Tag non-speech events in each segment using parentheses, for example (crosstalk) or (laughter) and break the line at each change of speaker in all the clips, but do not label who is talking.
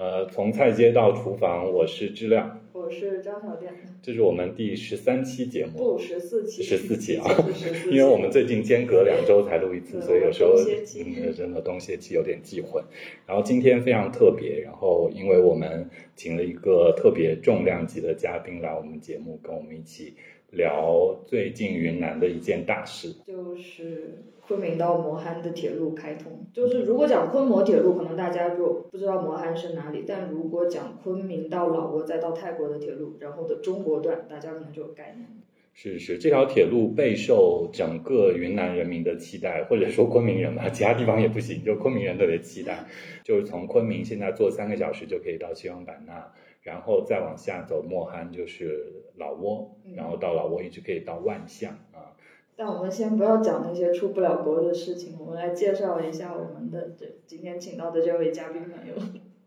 呃，从菜街到厨房，我是知亮，
我是张小店，
这是我们第十三期节目，
不十四期，
十四期啊
(laughs) 就是14，期
因为我们最近间隔两周才录一次，
对
所以有时候
我们嗯冬歇期
嗯，真的冬歇期有点忌讳。然后今天非常特别，然后因为我们请了一个特别重量级的嘉宾来我们节目，跟我们一起聊最近云南的一件大事。
就是昆明到摩憨的铁路开通。
嗯
就是如果讲昆摩铁路，可能大家就不知道摩憨是哪里；但如果讲昆明到老挝再到泰国的铁路，然后的中国段，大家可能就有概念。
是是，这条铁路备受整个云南人民的期待，或者说昆明人吧，其他地方也不行，就昆明人特别期待。就是从昆明现在坐三个小时就可以到西双版纳，然后再往下走莫罕就是老挝，
嗯
然后到老挝一直可以到万象啊。
但我们先不要讲那些出不了国的事情，我们来介绍一下我们的这今天请到的这位嘉宾朋友。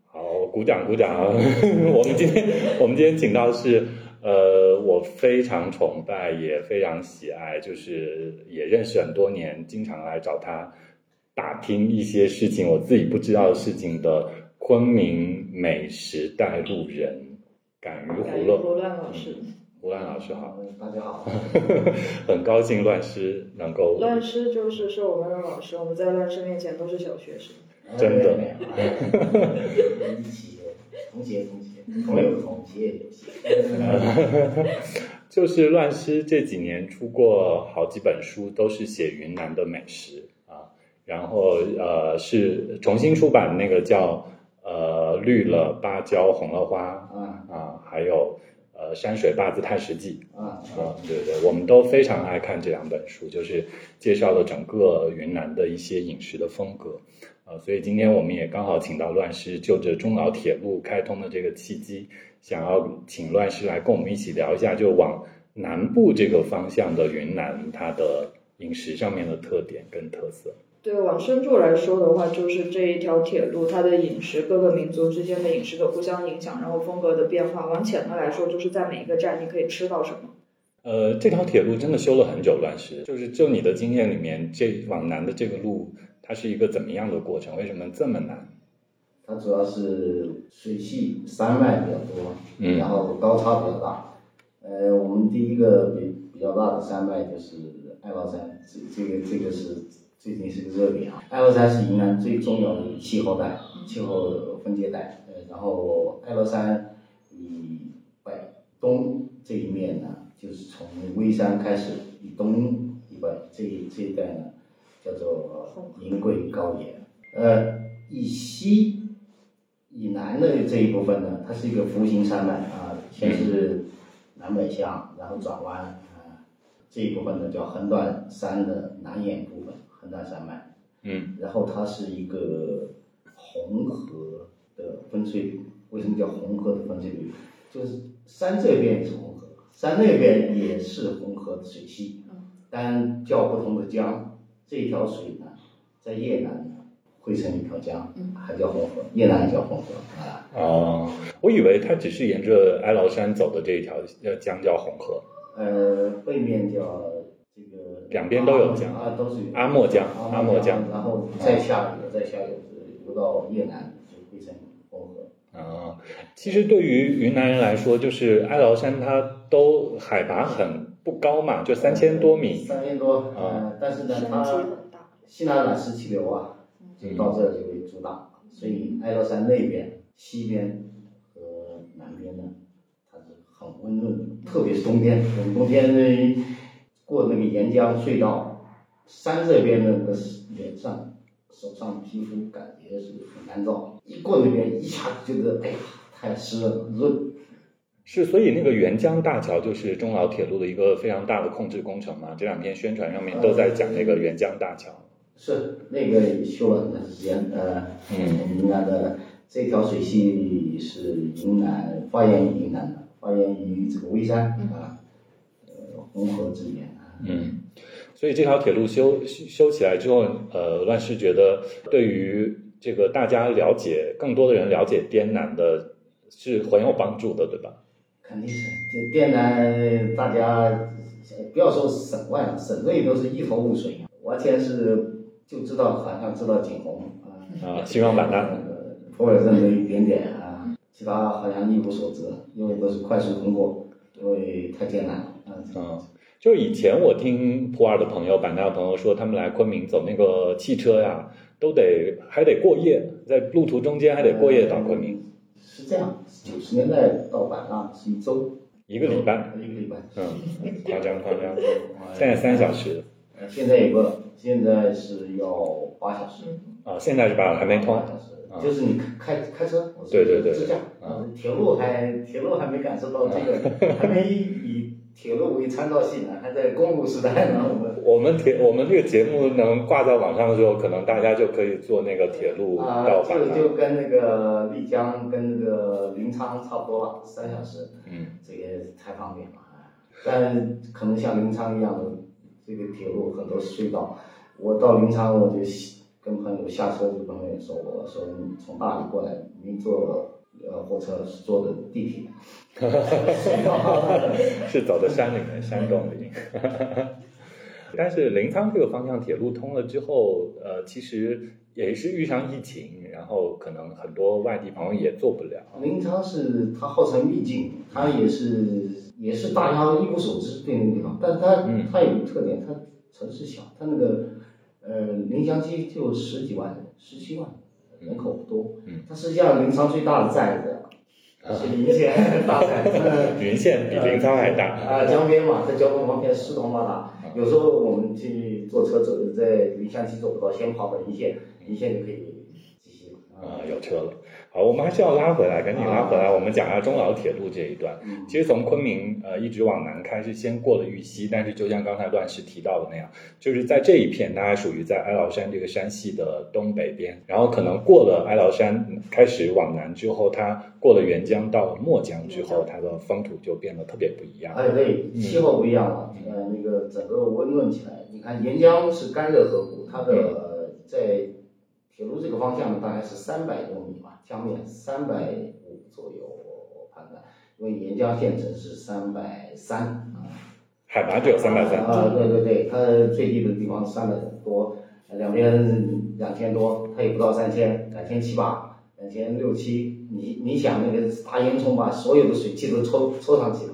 好，鼓掌鼓掌！啊 (laughs) 我们今天我们今天请到是，呃，我非常崇拜也非常喜爱，就是也认识很多年，经常来找他打听一些事情我自己不知道的事情的昆明美食带路人敢于
(laughs) 感
胡
觉
乱嗯
胡乱老师，
胡乱老师好，
嗯大家好，
很高兴乱师能够
乱师就是是我们的老师，我们在乱师面前都是小学生。
(laughs) 真的
没有，没有一起同学同学，同有同学有些，
就是乱师这几年出过好几本书，都是写云南的美食啊。然后呃，是重新出版那个叫呃绿了芭蕉红了花
啊
啊，还有呃山水坝姿态实记
啊，
啊，对对，我们都非常爱看这两本书，就是介绍了整个云南的一些饮食的风格，呃，所以今天我们也刚好请到乱师，就着中老铁路开通的这个契机，想要请乱师来跟我们一起聊一下，就往南部这个方向的云南它的饮食上面的特点跟特色。
对，往深处来说的话，就是这一条铁路，它的饮食各个民族之间的饮食的互相影响，然后风格的变化。往浅的来说，就是在每一个站你可以吃到什么。
呃，这条铁路真的修了很久，乱师，就是就你的经验里面，这往南的这个路，它是一个怎么样的过程？为什么这么难？
它主要是水系山脉比较多，
嗯
然后高差比较大。呃，我们第一个比比较大的山脉就是爱国山，这这个这个是最近是个热点啊。爱国山是云南最重要的气候带、气候分界带。呃，然后爱国山以北东这一面呢，就是从微山开始以东以北这一这一带呢，叫做云贵高原。呃，以西以南的这一部分呢，它是一个弧形山脉啊，先是南北向，然后转弯啊，这一部分呢叫横断山的南沿部分，横断山脉。
嗯
然后它是一个红河的分水岭。为什么叫红河的分水岭？就是山这边也是红河，山那边也是红河的水系
嗯，
但叫不同的江。这一条水呢，在越南呢汇成一条江
嗯，
还叫红河，越南也叫红河啊。
哦，我以为它只是沿着哀牢山走的这一条呃江叫红河，
呃，背面叫这个
两边都有江
啊，都是
阿莫江阿
阿
莫
莫
江
然后再下游，再下游流到越南就汇成红河。
啊，其实对于云南人来说，就是哀牢山它都海拔很不高嘛，就三千多米。
三千多，
啊
呃，但是呢
山，体
它
很大，
西南暖湿气流啊，就到这就为主导，所以哀牢山那边、西边和南边呢，它是很温润的，特别是冬天，我们冬天呢过那个沿江隧道，山这边的那个脸上、手上皮肤感觉是很干燥，一过那边一下就觉得哎呀太湿了，润。
是，所以那个沅江大桥就是中老铁路的一个非常大的控制工程嘛。这两天宣传上面都在讲那个沅江大桥。
是那个也修了很长时间，呃，
嗯
云南的这条水系是云南发源于云南的，发源于这个微山啊，呃，红河之源啊，
嗯，所以这条铁路修修修起来之后，呃，乱世觉得对于这个大家了解更多的人了解滇南的是很有帮助的，对吧？
肯定是这滇南大家呃不要说省外了，省内都是一头雾水，啊完全是就知道好像知道景洪啊，
啊，西双版纳
呃，普洱镇的一点点啊，其他好像一无所知，因为都是快速通过，因为太艰难了。啊
嗯，就是以前我听普洱的朋友、版纳的朋友说，他们来昆明走那个汽车呀，都得还得过夜，在路途中间还得过夜到昆明，
呃是这样，九十年代到版纳是一周，
一个礼拜。
一个礼拜。
嗯，夸张夸张，现在三小时
呃现在有个，现在是要八小时，
啊，现在是吧？还没通
八。小时，就是你开开车，我是
对对对
自驾，
嗯
铁路还铁路还没感受到这
(laughs)
个，还没以铁路为参照系呢，还在公路时代呢，
(laughs)
我们。
我们铁我们这个节目能挂在网上的时候，可能大家就可以坐那个铁路
啊，
到
这
版
个
纳。
就跟那个丽江跟那个临沧差不多了，三小时，
嗯， (laughs)
这个太方便了。哎但可能像临沧一样的这个铁路很多隧道，我到临沧我就跟朋友下车就跟朋友说，我说你从大理过来，你坐呃火车是坐的地铁，隧道
是走的山里面山洞里。 (laughs) 但是临沧这个方向铁路通了之后，呃，其实也是遇上疫情，然后可能很多外地朋友也做不了。
临沧是它号称秘境，它也是也是大家一无所知对那个地方，但是它、
嗯
它有个特点，它城市小，它那个呃临湘区就十几万人，十七万人口不多，
嗯啊
它实际上临沧最大的寨子啊是临县大寨子。
(laughs) 云县比临沧还大。
啊，江边嘛，它交通方便四通八
啊
达。有时候我们去坐车走，在临湘区走不到，先跑到临县，临县就可以继续了。
嗯啊、有车了。好，我们还是要拉回来，赶紧拉回来。我们讲一下中老铁路这一段。
啊嗯
其实从昆明呃一直往南开，是先过了玉溪，但是就像刚才段石提到的那样，就是在这一片，它属于在哀牢山这个山系的东北边，然后可能过了哀牢山，嗯开始往南之后，它过了沅江到墨江之后，它的风土就变得特别不一样。
哎，对，气候不一样了，
嗯
呃，那个整个温润起来。你看，沿江是干热河谷，它的、
嗯
呃在铁路这个方向呢，大概是三百多米吧，江面三百五左右，我我判断，因为沿江县城是三百三啊。
海拔只有三百三，
啊，对对对，它最低的地方三百多，两边两千多，它也不到三千，两千七八，两千六七。你你想那个大烟囱把所有的水汽都抽抽上去了。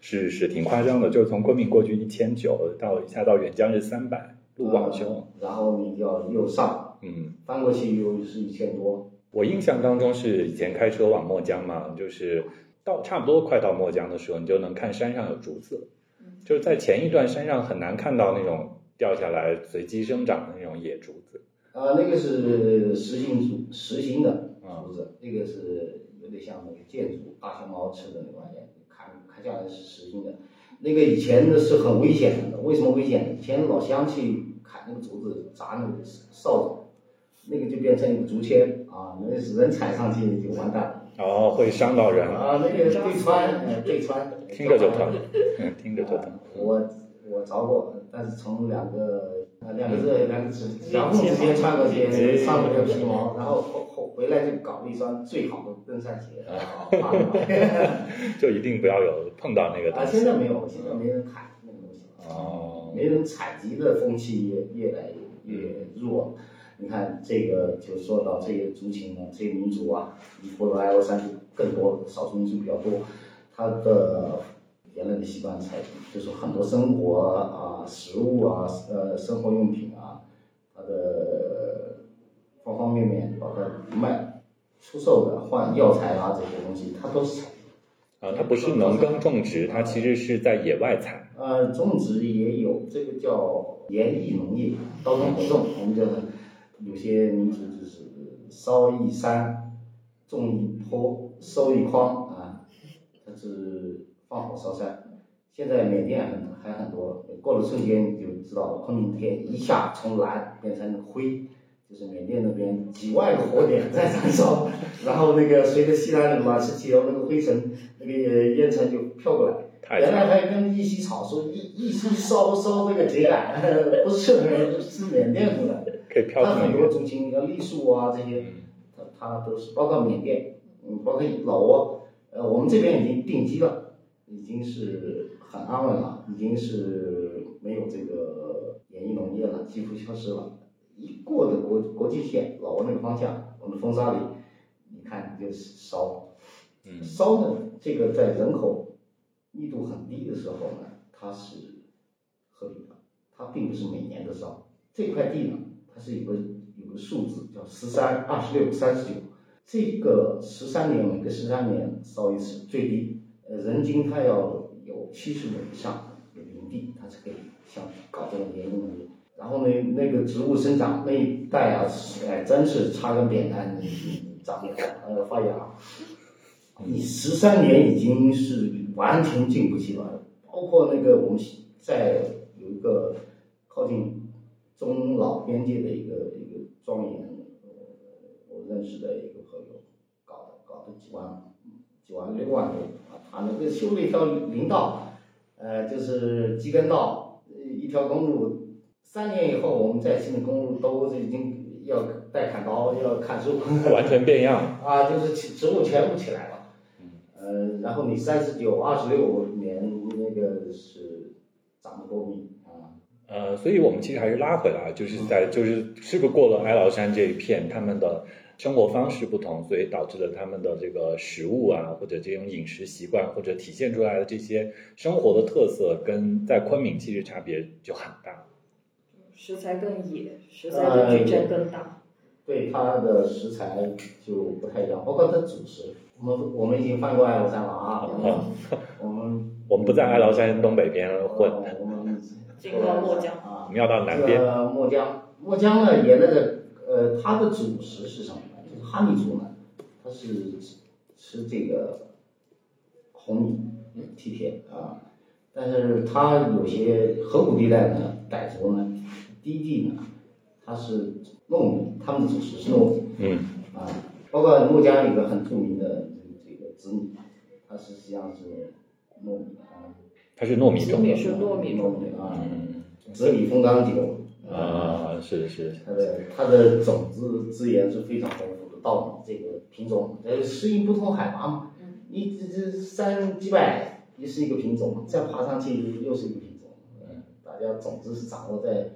是是挺夸张的，就是从昆明过去一千九，到一下到沅江是三百，路网修。
嗯然后你就要右上，
嗯，
翻过去又是一千多，
我印象当中是以前开车往墨江嘛，就是到差不多快到墨江的时候，你就能看山上有竹子了
嗯
就是在前一段山上很难看到那种掉下来随机生长的那种野竹子。
啊，那个是实行竹，实行的
啊
竹子，那个是有点像那个箭竹，大熊猫吃的那玩意儿，砍砍下来是实行的。那个以前的是很危险的，为什么危险？以前老乡去砍那个竹子，砸那个扫帚，那个就变成一个竹签啊，那人踩上去就完蛋了
然后会伤到人，
啊，那个对穿，呃对穿，
听着就疼，嗯，听着就疼。
我我着过，但是从两个呃两个这两个指两缝之间穿过去，穿过这个皮毛，然后后后回来就搞了一双最好的登山鞋，啊怕了
就一定不要有碰到那个东
啊，
西。
现在没有，现在没人砍那个东西了，
哦，
没人采集的风气也越来越弱了。你看这个，就说到这些族群呢，这些民族啊，你除了爱国山就更多，少数民族比较多，他的原来的习惯采集，就是很多生活啊、食物啊、呃生活用品啊，它的方方面面，包括卖出售的换药材啊这些东西，它都是采集。
啊，它不是农耕种植，它其实是在野外采。
呃，种植也有这个叫园艺农业刀耕火种，我们叫有些民族就是烧一山，种一坡，收一筐啊，它是放火烧山。现在缅甸很还很多，过了春天你就知道，昆明天一下从蓝变成灰，就是缅甸那边几万个火点在燃烧，然后那个随着西南马车汽油那个灰尘，那个烟尘就飘过来。
太
原
惨
来还跟一起草说一一起烧烧这个秸秆， (laughs) 不是是缅甸过来的，
可以嗯飘
它
这么
啊很多
远。
族群，像栗树啊这些，
嗯
它它都是包括缅甸，嗯，包括老挝，呃，我们这边已经定居了，已经是很安稳了，已经是没有这个演艺农业了，几乎消失了。一过的国国际线，老挝那个方向，我们风沙里，你看你就烧，
嗯
烧呢，这个在人口密度很低的时候呢，它是合理的，它并不是每年都烧。这块地呢，它是有个有个数字叫十三、二十六、三十九，这个十三年每个十三年烧一次，最低，呃，人均它要有七十亩以上的林地，它是可以像搞这种园林农业。然后呢，那个植物生长那一带啊，哎，真是插根扁担你你长不了，呃，发芽。你十三年已经是完全进步起来了，包括那个我们在有一个靠近中老边界的一个一个庄园，呃我我认识的一个朋友搞的搞的几万几万六万多，他那个修了一条林道，呃，就是机耕道，呃一条公路，三年以后我们再新的公路都已经要带砍刀要砍树， (laughs)
完全变样。
啊，就是起植物全部起来了。呃，然后你三十九、二十六年那个是长不够密啊。
呃，所以我们其实还是拉回来，啊就是在
嗯
就是是不是过了哀牢山这一片，他们的生活方式不同，所以导致了他们的这个食物啊，或者这种饮食习惯，或者体现出来的这些生活的特色，跟在昆明其实差别就很大。
嗯食材更野，食材的矩阵更大。
对它的食材就不太一样，包括它主食。我们我们已经翻过爱尔山了啊，我们我们
我们不在哀牢山东北边混，
呃我们
经过墨江
我
啊
们，要到南边。
呃，墨江，墨江呢也那个呃，它的主食是什么呢？就是哈密族呢，它是吃吃这个红米梯田啊，但是它有些河谷地带呢，傣族呢，低地呢，它是糯米，他们的主食是糯米
嗯
啊，包括墨江有个很著名的这个紫米，它实际上是糯米啊，
它是糯米
糯
种
米
的。
是糯米
糯米啊，
嗯
紫米风干酒
啊、是是
它的呃它的种子资源是非常丰富的，稻米这个品种，呃，适应不同海拔嘛
嗯。
你这这三几百也是一个品种，再爬上去又是一个品种。嗯，大家种子是掌握在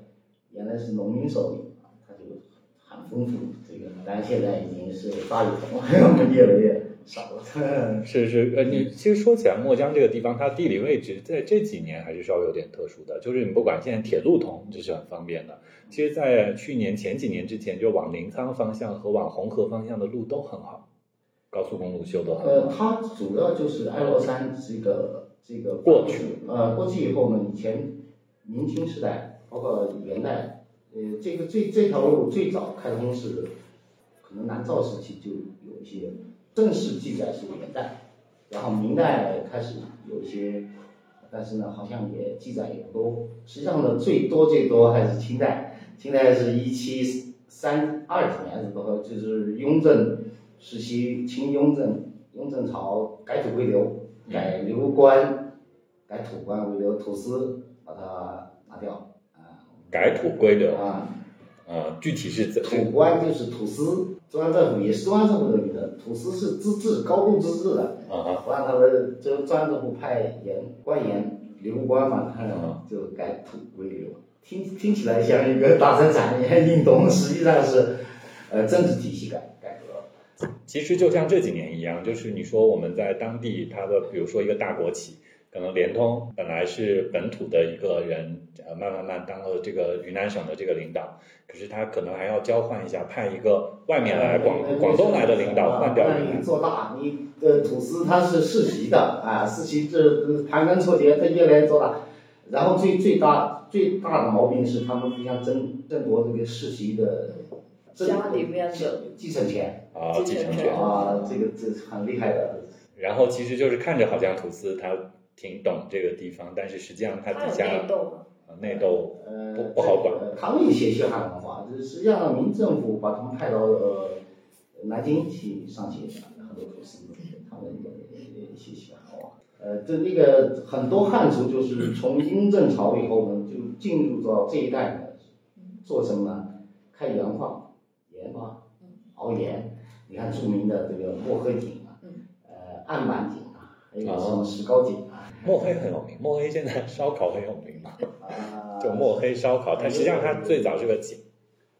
原来是农民手里，啊它就很丰富。这个，但是现在已经是大雨棚了，越来越少了。 (laughs)
是是，呃，你其实说起来，墨江这个地方，它地理位置在这几年还是稍微有点特殊的，就是你不管现在铁路通，这是很方便的。其实，在去年前几年之前，就往临沧方向和往红河方向的路都很好，高速公路修得很
呃，
好。
它主要就是爱洛山这个这个
过去，
呃，过去以后呢，以前明清时代，包括元代，呃，这个这这条路最早开通是，可能南诏时期就有一些正式记载是元代，然后明代开始有一些，但是呢，好像也记载也不多。实际上呢，最多最多还是清代，清代是一七三二几年的时候，就是雍正时期，清雍正雍正朝改土归流，改流官，改土官为流，土司把它拿掉啊
改土归流，
啊。
呃，具体是怎？
土官就是土司，中央政府也是中央政府的名字，土司是资治高度自治的。
啊
我让他们就中央政府派员官员流官嘛，他 (laughs) 就改土归流。听听起来像一个大生产运动，实际上是呃政治体系改改革。
其实就像这几年一样，就是你说我们在当地，它的比如说一个大国企，可能联通本来是本土的一个人，呃，慢慢慢当了这个云南省的这个领导，可是他可能还要交换一下，派一个外面来广广东来的领导换掉
那
云南
你。做大，你的土司它是世袭的啊，世袭这盘根错节，它越来越做大。然后最最大最大的毛病是他们互相争争夺这个世袭的争
家里面的
继承权
啊，继承
对
权。
啊，这个这是很厉害的。
然后其实就是看着好像土司他挺懂这个地方，但是实际上他
它
底
有
下
内斗，
呃内斗
呃，
不不好管。
呃他们也学学汉文化，就是实际上民政府把他们派到呃南京去上学，很多都是他们也也学习汉文化。呃，这那个很多汉族就是从雍正朝以后呢，就进入到这一代呢，做什么呢？开盐矿，盐嘛，熬盐。你看著名的这个墨黑井啊
嗯，
呃，案板井啊，还有什么石膏井啊，
墨黑很有名，墨黑现在烧烤很有名嘛，
啊，
就墨黑烧烤，它实际上它最早是个井。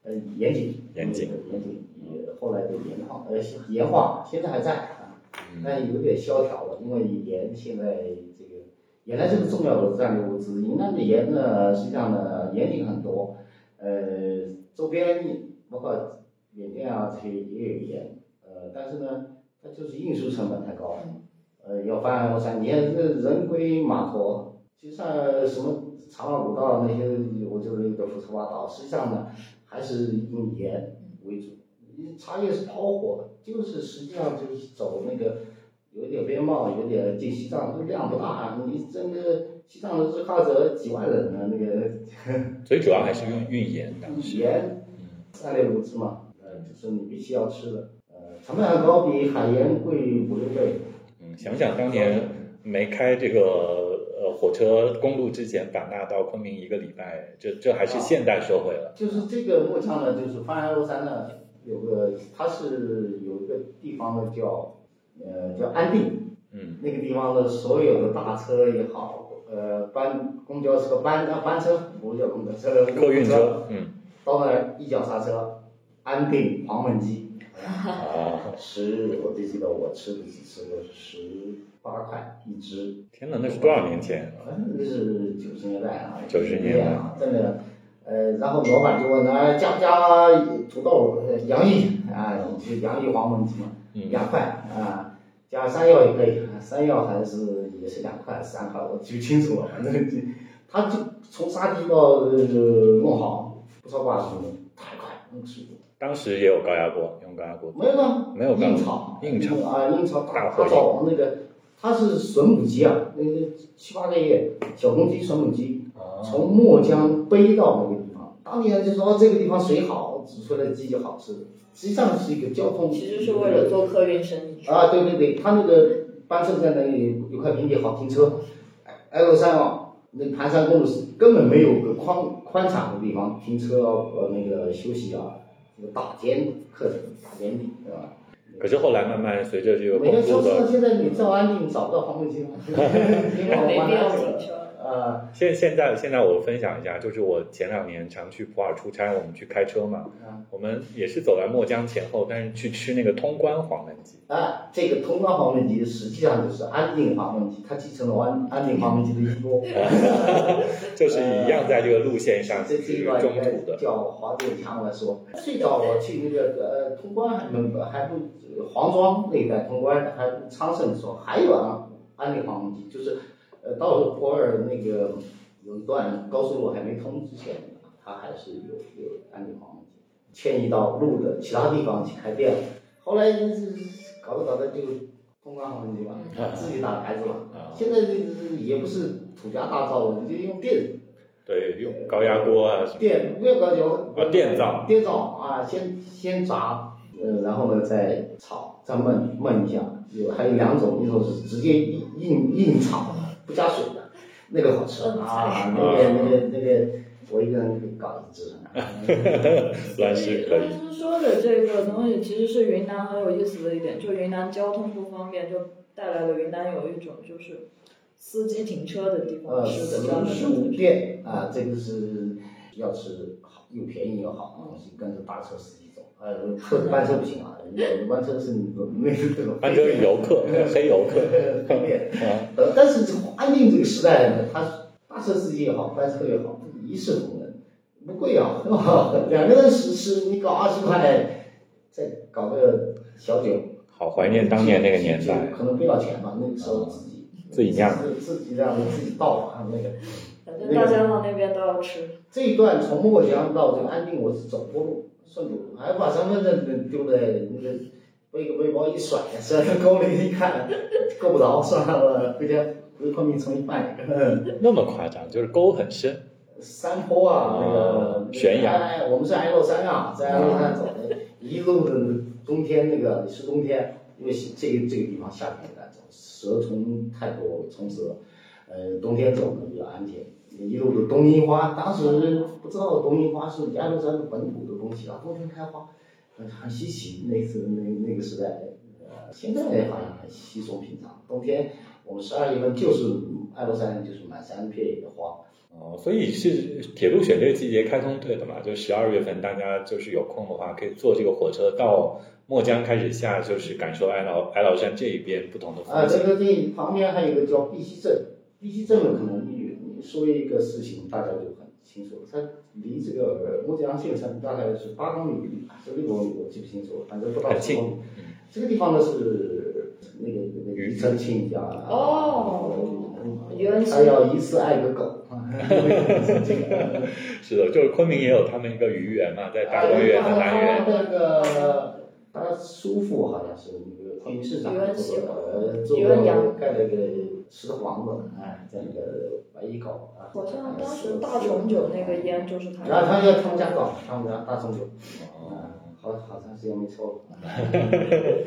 呃，盐井，
盐井，
呃盐井，也后来的盐矿，呃，盐化，现在还在啊。但有点萧条了，因为盐现在这个原来是个重要的战略物资，云南的盐呢，实际上呢盐井很多，呃，周边包括缅甸啊这些也有盐，呃，但是呢，它就是运输成本太高了，呃，要翻爱国山，你看这人归码头，就算什么长廊古道那些，我就是有点胡说八道，实际上呢，还是以盐为主。茶叶是包火，就是实际上就是走那个有点边贸，有点进西藏，这量不大。啊你真的西藏的日喀则几万人呢，那个
所以主要还是用运盐当时。
盐战略物资嘛，呃，就是你必须要吃的，呃，成本很高，比海盐贵五六倍。
嗯，想想当年没开这个呃火车公路之前，版纳到昆明一个礼拜，这这还是现代社会了。
就是这个木匠呢，就是翻山入山呢。有个，它是有一个地方呢叫，呃，叫安定，
嗯，
那个地方的所有的大车也好，呃，班公交车、班啊班车不叫公交车，
客运
车，
嗯，
到那儿一脚刹车，安定黄焖鸡，
(laughs) 啊，
十，我就记得我吃了几次，就是十八块一只，
天哪，那是多少年前？
那是九十年代啊，
90年代
啊，真的。呃，然后老板就问他加不加土豆、呃洋芋啊，就洋芋黄焖鸡嘛，
嗯
两块啊，加山药也可以，山药还是也是两块三块，我记不清楚了，反正就他就从杀鸡到呃弄好，不超过二十分钟，太快，那个速度。
当时也有高压锅，用高压锅。
没有吗？
没有干
硬炒，
硬炒
啊，硬炒
大
大
火
大枣王那个，它是笋母鸡啊，那个七八个月小公鸡笋母鸡，
啊
从墨江背到那个地方。当年就说哦这个地方水好，煮出来的鸡就好吃，实际上是一个交通。
其实是为了做客运生意。
啊，对对对，他那个班车在那里有块平地好停车，哎哎呦山啊，那盘山公路是根本没有个宽宽敞的地方停车和那个休息啊，那个大间客大间地，对吧？
可是后来慢慢随着这个
每
公
个
路
超市
的，
现在你照安定找不到黄焖鸡了，没
没必要停车
啊
现现在现在我分享一下，就是我前两年常去普洱出差，我们去开车嘛，
啊
我们也是走在墨江前后，但是去吃那个通关黄焖鸡。
啊！这个通关黄焖鸡实际上就是安定黄焖鸡，它继承了安安定黄焖鸡的衣钵。
就是一样在这个路线上
这
啊是
这一段
中
应
途
该
的，
叫黄建强来说。最早我去那个呃通关还没还不黄庄那一带，通关还不昌盛的时候，还有安安定黄焖鸡，就是呃到普洱那个有一段高速路还没通之前，它还是有有安定黄焖鸡，迁移到路的其他地方去开店了。后来就是搞着搞着就通关黄焖鸡嘛，
嗯
自己打牌子了。
啊
现在就是也不是土家大灶了，你就用电
对，用高压锅啊什么。
电没有高油
啊电灶，
电灶啊，先先炸，呃，然后呢再炒，再焖焖一下。有还有两种，一种是直接硬硬硬炒，不加水的，那个好吃啊，那个那个那个，我一个人可以搞一只。啊
乱世可
老
以，
师说的这个东西其实是云南很有意思的一点，就云南交通不方便，就带来了云南有一种就是司机停车的地方
呃，
吃
食
的专门
食
的
物
特色。
店啊，这个是要吃好又便宜又好的东西，跟着大车司机走。呃，或者班车不行啊，人家班车是那是这种
班车是游客，黑游客。
黑店。
啊，
呃，但是从安定这个时代呢，它大车司机也好，班车也好，一视同仁，不贵啊，是吧？两个人十十，你搞二十块，再搞个小酒，
好怀念当年那个年代嗯
就，可能不要钱吧，那个时候自己
自己酿
自自己酿，自己倒啊那个。
反正大家到那边都要吃，
这一段从墨江到这个安定，我是走过路，顺着路，还把身份证丢在那个背个背包一甩，摔到 (laughs) 沟里一看，够不着，算了，回家回昆明重新办一个。
那么夸张，就是沟很深。
山坡啊，那
哦
个
悬崖
哎，我们是挨洛山啊，在挨洛山走的，一路的冬天那个是冬天，因为这个这个地方下雨难走，蛇虫太多，虫蛇，呃，冬天走呢比较安全。一路的冬樱花，当时不知道冬樱花是挨洛山本土的东西啊，冬天开花，很很稀奇。那次那那个时代，呃，现在好像很稀松平常。冬天我们十二月份就是爱洛山，就是满山遍野的花。
哦，所以是铁路选这个季节开通对的嘛？就十二月份，大家就是有空的话，可以坐这个火车到墨江开始下，就是感受哀牢哀牢山这一边不同的
啊，
风
这
景。
个这旁边还有一个叫碧溪镇，碧溪镇可能你你说一个事情，大家就很清楚了。它离这个墨江县城大概是八公里还是六公里，我记不清楚，反正不到
很
十
近嗯
公里。这个地方呢是那个那个庾澄庆家啊
哦
嗯
原来是
他要一次爱个狗，因为庾澄庆
是的，就是昆明也有他们一个鱼园嘛，在大观园的南园。
呃那个他叔父好像是那个昆明市长，
宇文喜欢
呃，做
宇文阳
盖了个石黄楼，哎，在那个白衣搞啊。
好像当时大红酒那个烟就是他
然后他要他们家搞，他们家大众酒，
哦
嗯，好好长时间没抽了。嗯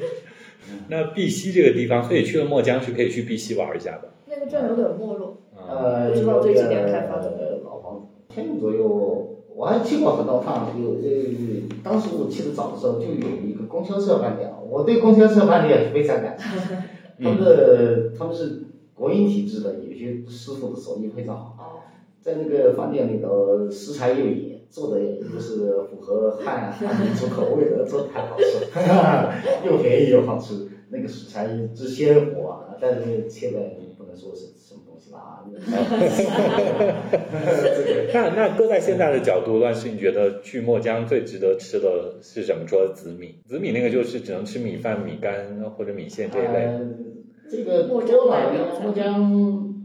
那碧溪这个地方，所以去了墨江是可以去碧溪玩一下的。
那个镇有点没落，
嗯，
呃，
不知道这几年开发的
呃老房子，天津左右，我还去过很多趟。有呃，当时我去的早的时候，就有一个供销社饭店，我对供销社饭店非常感兴趣。他们的他们是国营体制的，有些师傅的手艺非常好。
哦，
在那个饭店里头，食材又野，做的也就是符合汉汉民族口味的，做的太好吃， (laughs) 又便宜又好吃。那个食材之鲜活啊，但是现在不能说是什么东西了啊。这
那那搁在现在的角度，乱世，你觉得去墨江最值得吃的是什么？除了紫米，紫米那个就是只能吃米饭、米干或者米线这
个，
一类。
呃，这个
墨
江
江
来
外
呢，
表
墨江，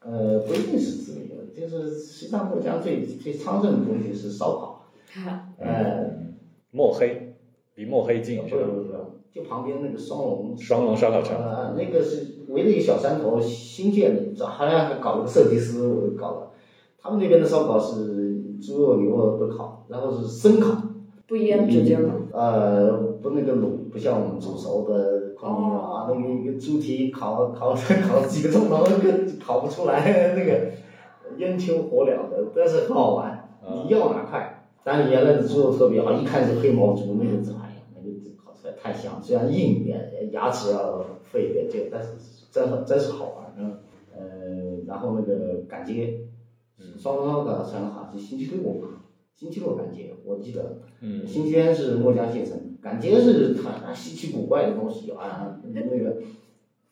呃，不一定是自由的，就是西藏墨江最最昌盛的东西是烧烤，
哈
嗯
呃，
墨黑，离墨黑近
不
是吧？
不不，呃就旁边那个双龙
双龙烧烤城。
呃，那个是围着一个小山头新建的，这好像还搞了个设计师搞的。他们那边的烧烤是猪肉、牛肉都烤，然后是生烤，
不烟直接嘛，
呃，不那个卤，不像我们煮熟的空明肉啊，
哦
那个一个猪蹄烤烤烤几个钟头，那个烤不出来，那个烟秋火燎的，但是很好玩，你要哪块？但是原来的猪肉特别好，一看是黑毛猪，那个是哎呀，那个烤出来太香，虽然硬一点，牙齿要费一点劲，但是真好，真是好玩。嗯，呃，然后那个赶街，双双的很好，是星期六嘛，星期六赶街，我记得。
嗯，
新鲜是墨江县城，感觉是它稀奇古怪的东西啊，那个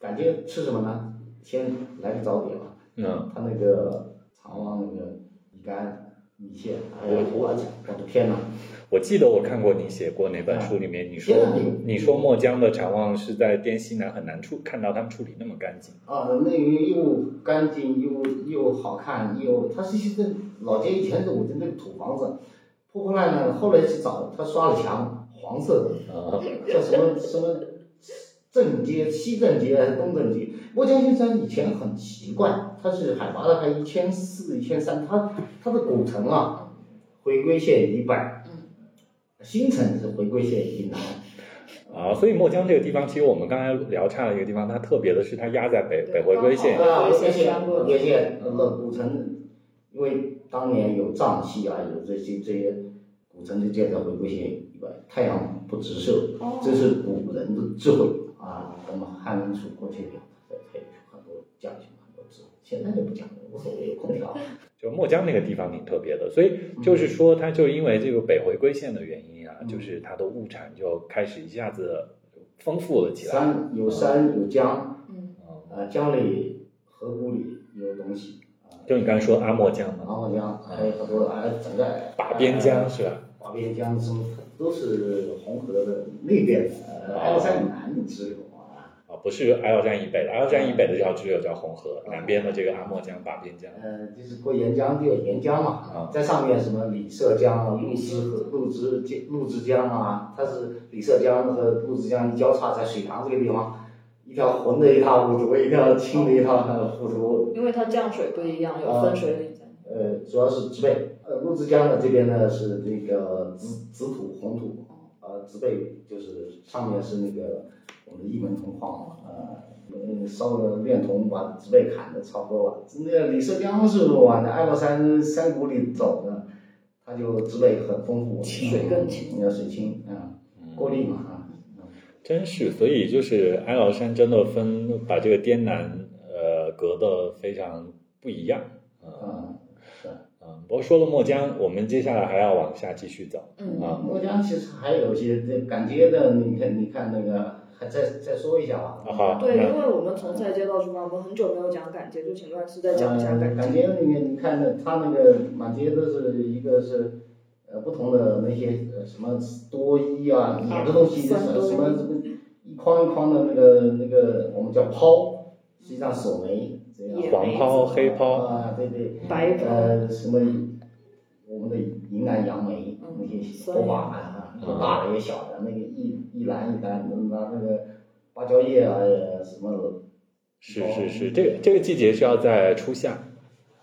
感觉吃什么呢？先来个早点吧，
嗯，
他那个肠旺那个米干米线，哎呀，我我的天哪！
我记得我看过你写过哪本书，里面你说
天哪
你说墨江的茶望是在滇西南很难处看到他们处理那么干净。
啊，那个又干净又又好看又，它是现在老街以前是我的那个土房子，破破烂烂的，后来去找他刷了墙，黄色的。
啊，
叫什么什么正街、西正街还是东正街？墨江先生以前很奇怪，它是海拔大概一千四、一千三，它它的古城啊，回归线以北，
嗯
新城是回归线以南。
啊，所以墨江这个地方，其实我们刚才聊差了一个地方，它特别的是它压在北北回归线
对。
啊，
回归
线
线，
回归线，那个古城，因为当年有瘴气啊，有这些这些古城就建在回归线以外，太阳不直射
哦，
这是古人的智慧啊。我们汉民族过去有很多讲究，很多智慧，现在就不讲了，无所谓，有空调。
就墨江那个地方挺特别的，所以就是说，它就因为这个北回归线的原因啊，
嗯
就是它的物产就开始一下子丰富了起来。
山有山有江，
嗯，
嗯
啊，江里河谷里有东西啊，
就你刚才说阿墨江
然
嘛，
后江还有很多啊，整个
把边江是吧？
华边江什么都是红河的那边的，呃，爱山南支流啊，
啊，不是哀牢站以北的，哀牢站以北的这条支流叫红河，南边的这个阿莫江、把边江。
呃，就是过沿江就有沿江嘛
啊，
在上面什么李社江啊、陆支河、陆支江、陆支江啊，它是李社江和陆支江交叉在水塘这个地方，一条浑的一塌糊涂，一条清的一塌糊涂，
因为它降水不一样，
哦
有分水岭在。
呃，主要是植被。呃，陆支江呢这边呢是那个紫紫土、红土，呃，植被就是上面是那个我们的一门铜矿，呃，嗯，烧了炼铜把植被砍的差不多了。那个李社江是往那哀牢山山谷里走的，它就植被很丰富，
水更清
呃，水清，嗯，过滤嘛，啊，
真是，所以就是哀牢山真的分把这个滇南呃隔得非常不一样。
嗯，是，
嗯、嗯，不过说了墨江，我们接下来还要往下继续走。
嗯
啊
墨江其实还有一些这赶街的，你看你看那个，还再再说一下吧。
啊好，
对，
那
因为我们从菜街到厨房，我们很久没有讲赶街，就请乱世再讲一下
嗯
赶
感
街。
觉那个你看的，他那个满街都是一个是呃不同的那些呃什么多衣啊，
嗯
哪个东西什
三多
么
衣
什么一筐一筐的那个那个我们叫抛，实际上手梅这样
野
黄抛、黑抛，
啊，对对，
白袍
呃什么我们的云南杨梅
嗯
那些
酸
火
杨
把啊，有大的有小的，那个一一篮一篮拿那个芭蕉叶啊呃什么
是
哦
是是，这个这个季节是要在初夏。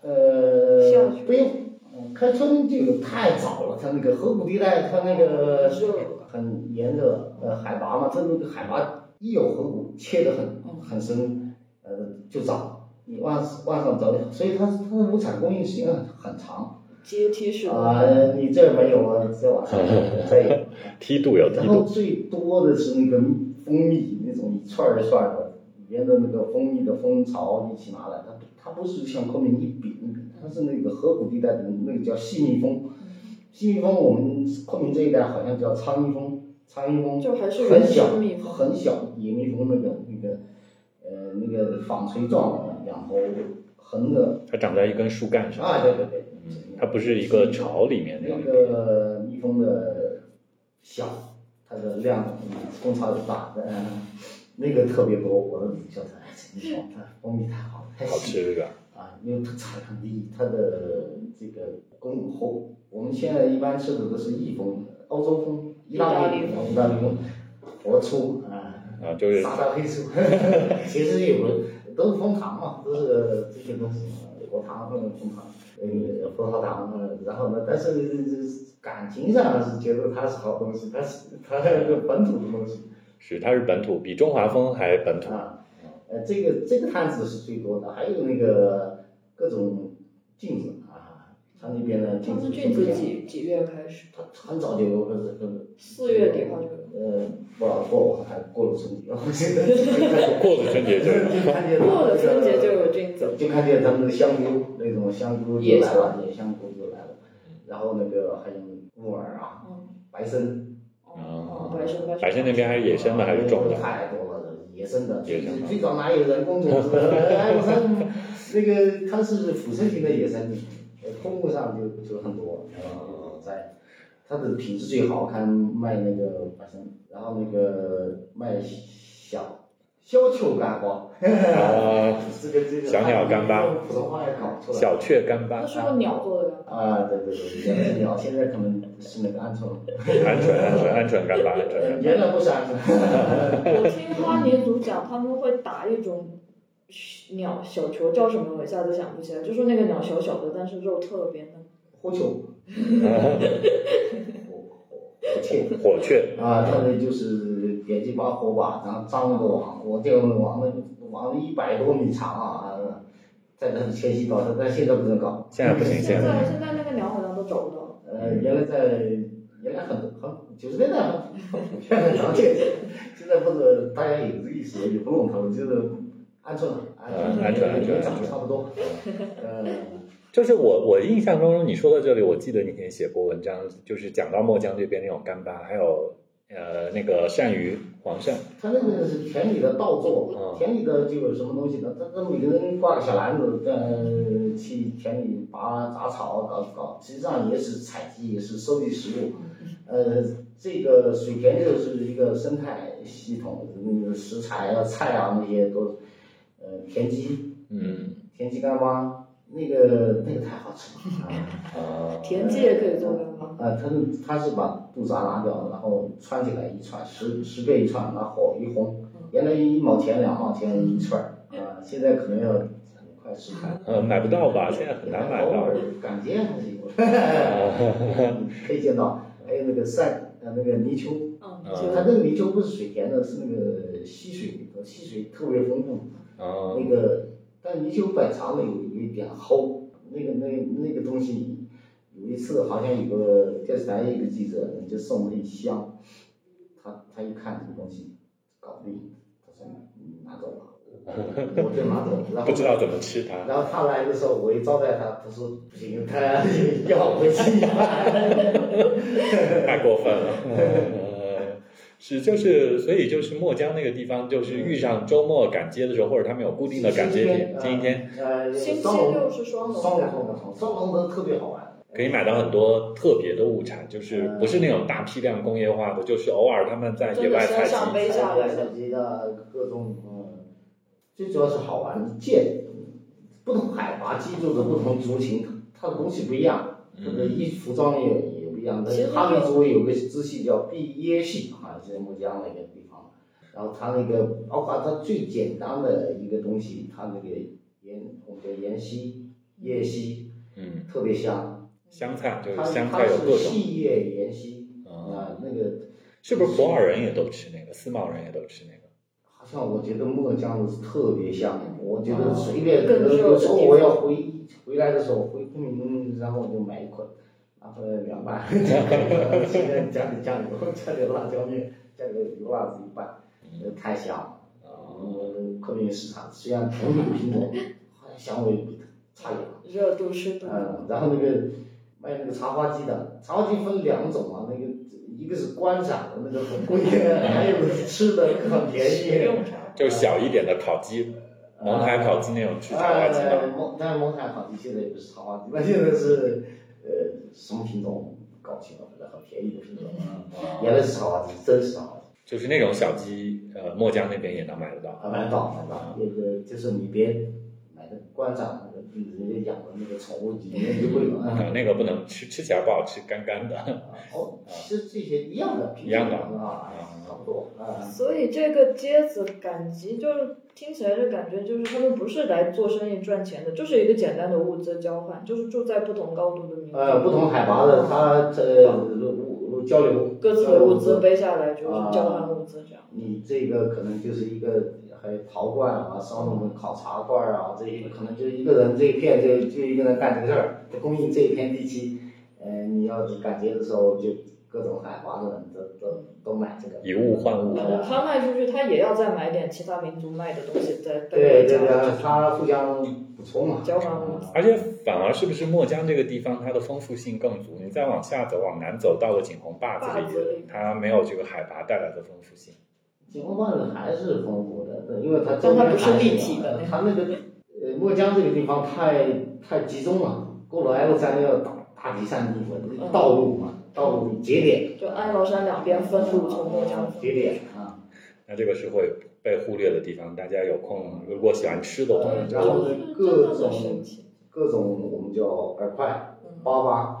呃
下去，
不用，嗯开春这个太早了，它那个河谷地带，它那个
热
很炎热，呃，海拔嘛，它那个海拔一有河谷，切得很
嗯
很深，呃，就早，你往往上走，所以它它的亩产供应时间很长
阶梯式的，
啊、你这儿没有啊，这往上再有。
(laughs) 梯度有梯
然后
度，
最多的是那个蜂蜜，那种一串儿一串儿的，里边的那个蜂蜜的蜂巢一起拿来，它它不是像昆明一饼一饼，它是那个河谷地带的那个叫细蜜蜂。细蜜蜂我们昆明这一带好像叫苍蜜蜂，苍蜜蜂
就还是
很
原
小
生蜜蜂
很小野蜜蜂那个那个呃那个纺锤状的，然后横着
它长在一根树干上。
啊，对对对，
它不是一个巢里面那
那
样
个蜜蜂的小，它的量公差就大，嗯，那个特别多。我的女校哎，这蜜蜂它蜂蜜太好了，太
好
细
吃的。
啊，因为它产量低，它的这个供后，我们现在一般吃的都是意蜂、欧洲蜂、意大利
意大利
蜂、意大利蜂，活出啊。
啊，就是
撒到黑处， (laughs) 其实也不是都是蜂糖嘛，都是这些东西，果糖或者蜂糖，呃，葡萄糖，呃然后呢，但是呃感情上是觉得它是好东西，它是它是本土的东西
是它是本土，比中华风还本土。 (laughs)
啊，呃，这个这个摊子是最多的，还有那个各种菌子啊，它那边的
它
菌
是
子，
菌子几几月开始？
它很早就有，就是就是
四月底好像。
呃，不老过我还过了春节，我现在过
了春节
(laughs)
就有
看见
过了春节就有菌子
就看见他们的香菇那种香菇就来了，野香菇就来了，然后那个还有木耳啊，
嗯，
白参，
哦，白参白参。
嗯白山那边还是野生的还是种的？
啊太多了，野生的，
野生的
最早哪有人工种植的？哎，我说
(laughs)
那个它是腐生型的野生，呃通路上就就很多，然后在。它的品质最好，看卖那个白参，然后那个卖小小球干花，
啊，
这个这个
小鸟干巴
用普通话也搞不出来。
小雀干巴
它，是用鸟做的
(laughs)
吧？
(laughs) 啊，对对对，原来鸟现在可能是那个
(laughs)
鹌鹑，
鹌鹑，鹌鹑，鹌鹑干巴，鹌鹑
呃
干
原来不是鹌鹑。
我听哈尼族讲，他们会打一种鸟小球，叫什么？我一下子想不起来。就说那个鸟小小的，但是肉特别嫩。
(laughs)
火球，火雀
巴，火雀，
啊，他们就是点几把火把，然后张那个网，我钓那个网，那个网一百多米长啊，啊在那里迁徙到，但现在不能搞。
现在不行，
现
现在
在现在那个鸟好像都找不到。
呃，原来在原来很很九十年代很普遍很常见，现在不是大家有这个意识，也不弄头，就是鹌鹑了，
嗯鹌鹑鹌鹑
长得差不多，呃，
就是我我印象中，你说到这里，我记得你以前写过文章，就是讲到墨江这边那种干巴，还有呃那个鳝鱼、黄鳝，
它那个是田里的稻作
嗯，
田里的就有什么东西呢？它它每个人挂个小篮子，呃，去田里拔杂草搞搞，实际上也是采集，也是收集食物，呃，这个水田就是一个生态系统，那个食材啊、菜啊那些都，呃，田鸡、
嗯
田鸡干妈，那个那个太好吃了啊！
啊，
田鸡也可以做干嘛？
啊，它是它是把肚子拿掉，然后穿起来一串，十十个一串，拿火一烘，原来一毛钱两毛钱一串儿啊，现在可能要很快失传。
呃买不到吧？现在很难买
偶
到
尔。赶街还是有，可以见到。还有那个晒呃那个泥鳅。
嗯，
它那个泥鳅不是水田的，是那个溪水里头，溪水特别丰富。
啊
那个，但泥鳅反常的有有一点齁，那个那个那个东西，有一次好像有个电视台一个记者就送了一箱，他他一看这个东西搞不定，他说你拿走吧。我对麻豆，然后
不知道怎么吃它。 (laughs)
然后他来的时候，我一招待他，他说不行，他要我回去。
太过分了。 (laughs) 呃是，就是，所以就是墨江那个地方，就是遇上周末赶街的时候，或者他们有固定的赶街点，今天
呃，
星期
双
六
龙
是双龙
双
展
龙的双龙的特别好玩，
可以买到很多特别的物产，就是不是那种大批量工业化的，就是偶尔他们在野外采集。
真的背下来的
手机的各种嗯，最主要是好玩，见不同海拔居住的不同族群，它的东西不一样，这个衣服装也也不一样。但
其
是
实
哈密族有个支系叫毕耶系，啊，在墨江那个地方，然后它那个包括它最简单的一个东西，它那个盐，我们叫盐稀、叶稀，
嗯，
特别香。
香菜就是
它
香
它
菜有各
是
种，
细叶盐稀
哦
啊，那个。
是不是普洱人也都吃那个，思茅人也都吃
呃
那个？
好像我觉得墨江是特别香，我觉得随便
更热
有时候
的地方
我要回回来的时候回昆明，然后我就买一捆，拿回来凉拌，现在加点酱油，加点辣椒面，加点油辣子一拌，呃太香了。嗯，昆明市场虽然同品品种，好像香味不 (laughs) 差远了。
热度是不能
嗯，然后那个卖那个茶花鸡的，茶花鸡分两种啊，那个一个是观赏的那 (laughs) 个很贵，还有吃的那个很便
食
宜
用。上。
就小一点的烤鸡，蒙台烤鸡那种吃茶花鸡
呃
的，
蒙但是蒙台好鸡现在也不是茶花鸡，那现在是呃什么品种？搞清楚了，很便宜的品种。
嗯
原来是茶花鸡，真是茶花鸡，
就是那种小鸡，呃，墨江那边也能买得到。
啊，买到买
嗯
到，那个就是你别买的观赏那个，人家养的那个宠物鸡，那就贵了。啊
呃那个不能吃，吃起来不好吃，干干的。
哦，其实这些一样的，
嗯一样的
啊，差不多啊。
所以这个街子赶集，就是听起来就感觉就是他们不是来做生意赚钱的，就是一个简单的物资交换，就是住在不同高度的民嗯族，
呃，不同海拔的，它呃这物交流
各自的物资背下来就是交换物资这样。
你这个可能就是一个还有陶罐啊，烧那种烤茶罐啊，这些可能就是一个人这一片就就一个人干这个事儿，供应这一片地区。呃，你要是赶集的时候，就各种海拔的人都都都买这个。
以物换物
然后他卖出去，他也要再买点其他民族卖的东西再
对
背加
对对
上，去
它互相补充嘛。
交换物资。
而且反而是不是墨江这个地方它的丰富性更足？你再往下走，往南走到了景洪坝子
坝子
里
里，
它没有这个海拔带来的丰富性。
景洪坝子还是丰富的，对因为它
但它不是
周边海
立体的
嘛它那个呃墨江这个地方太太集中了，过了 L 山要打大集散地嘛，
嗯
道路嘛，道路节点，
就哀牢山两边分路，从墨江
节
分。
点啊，
那这个是会被忽略的地方，大家有空如果喜欢吃的
嗯
话，
然后
真
呢
的
各
很神
种
奇
各种我们叫饵块、粑粑，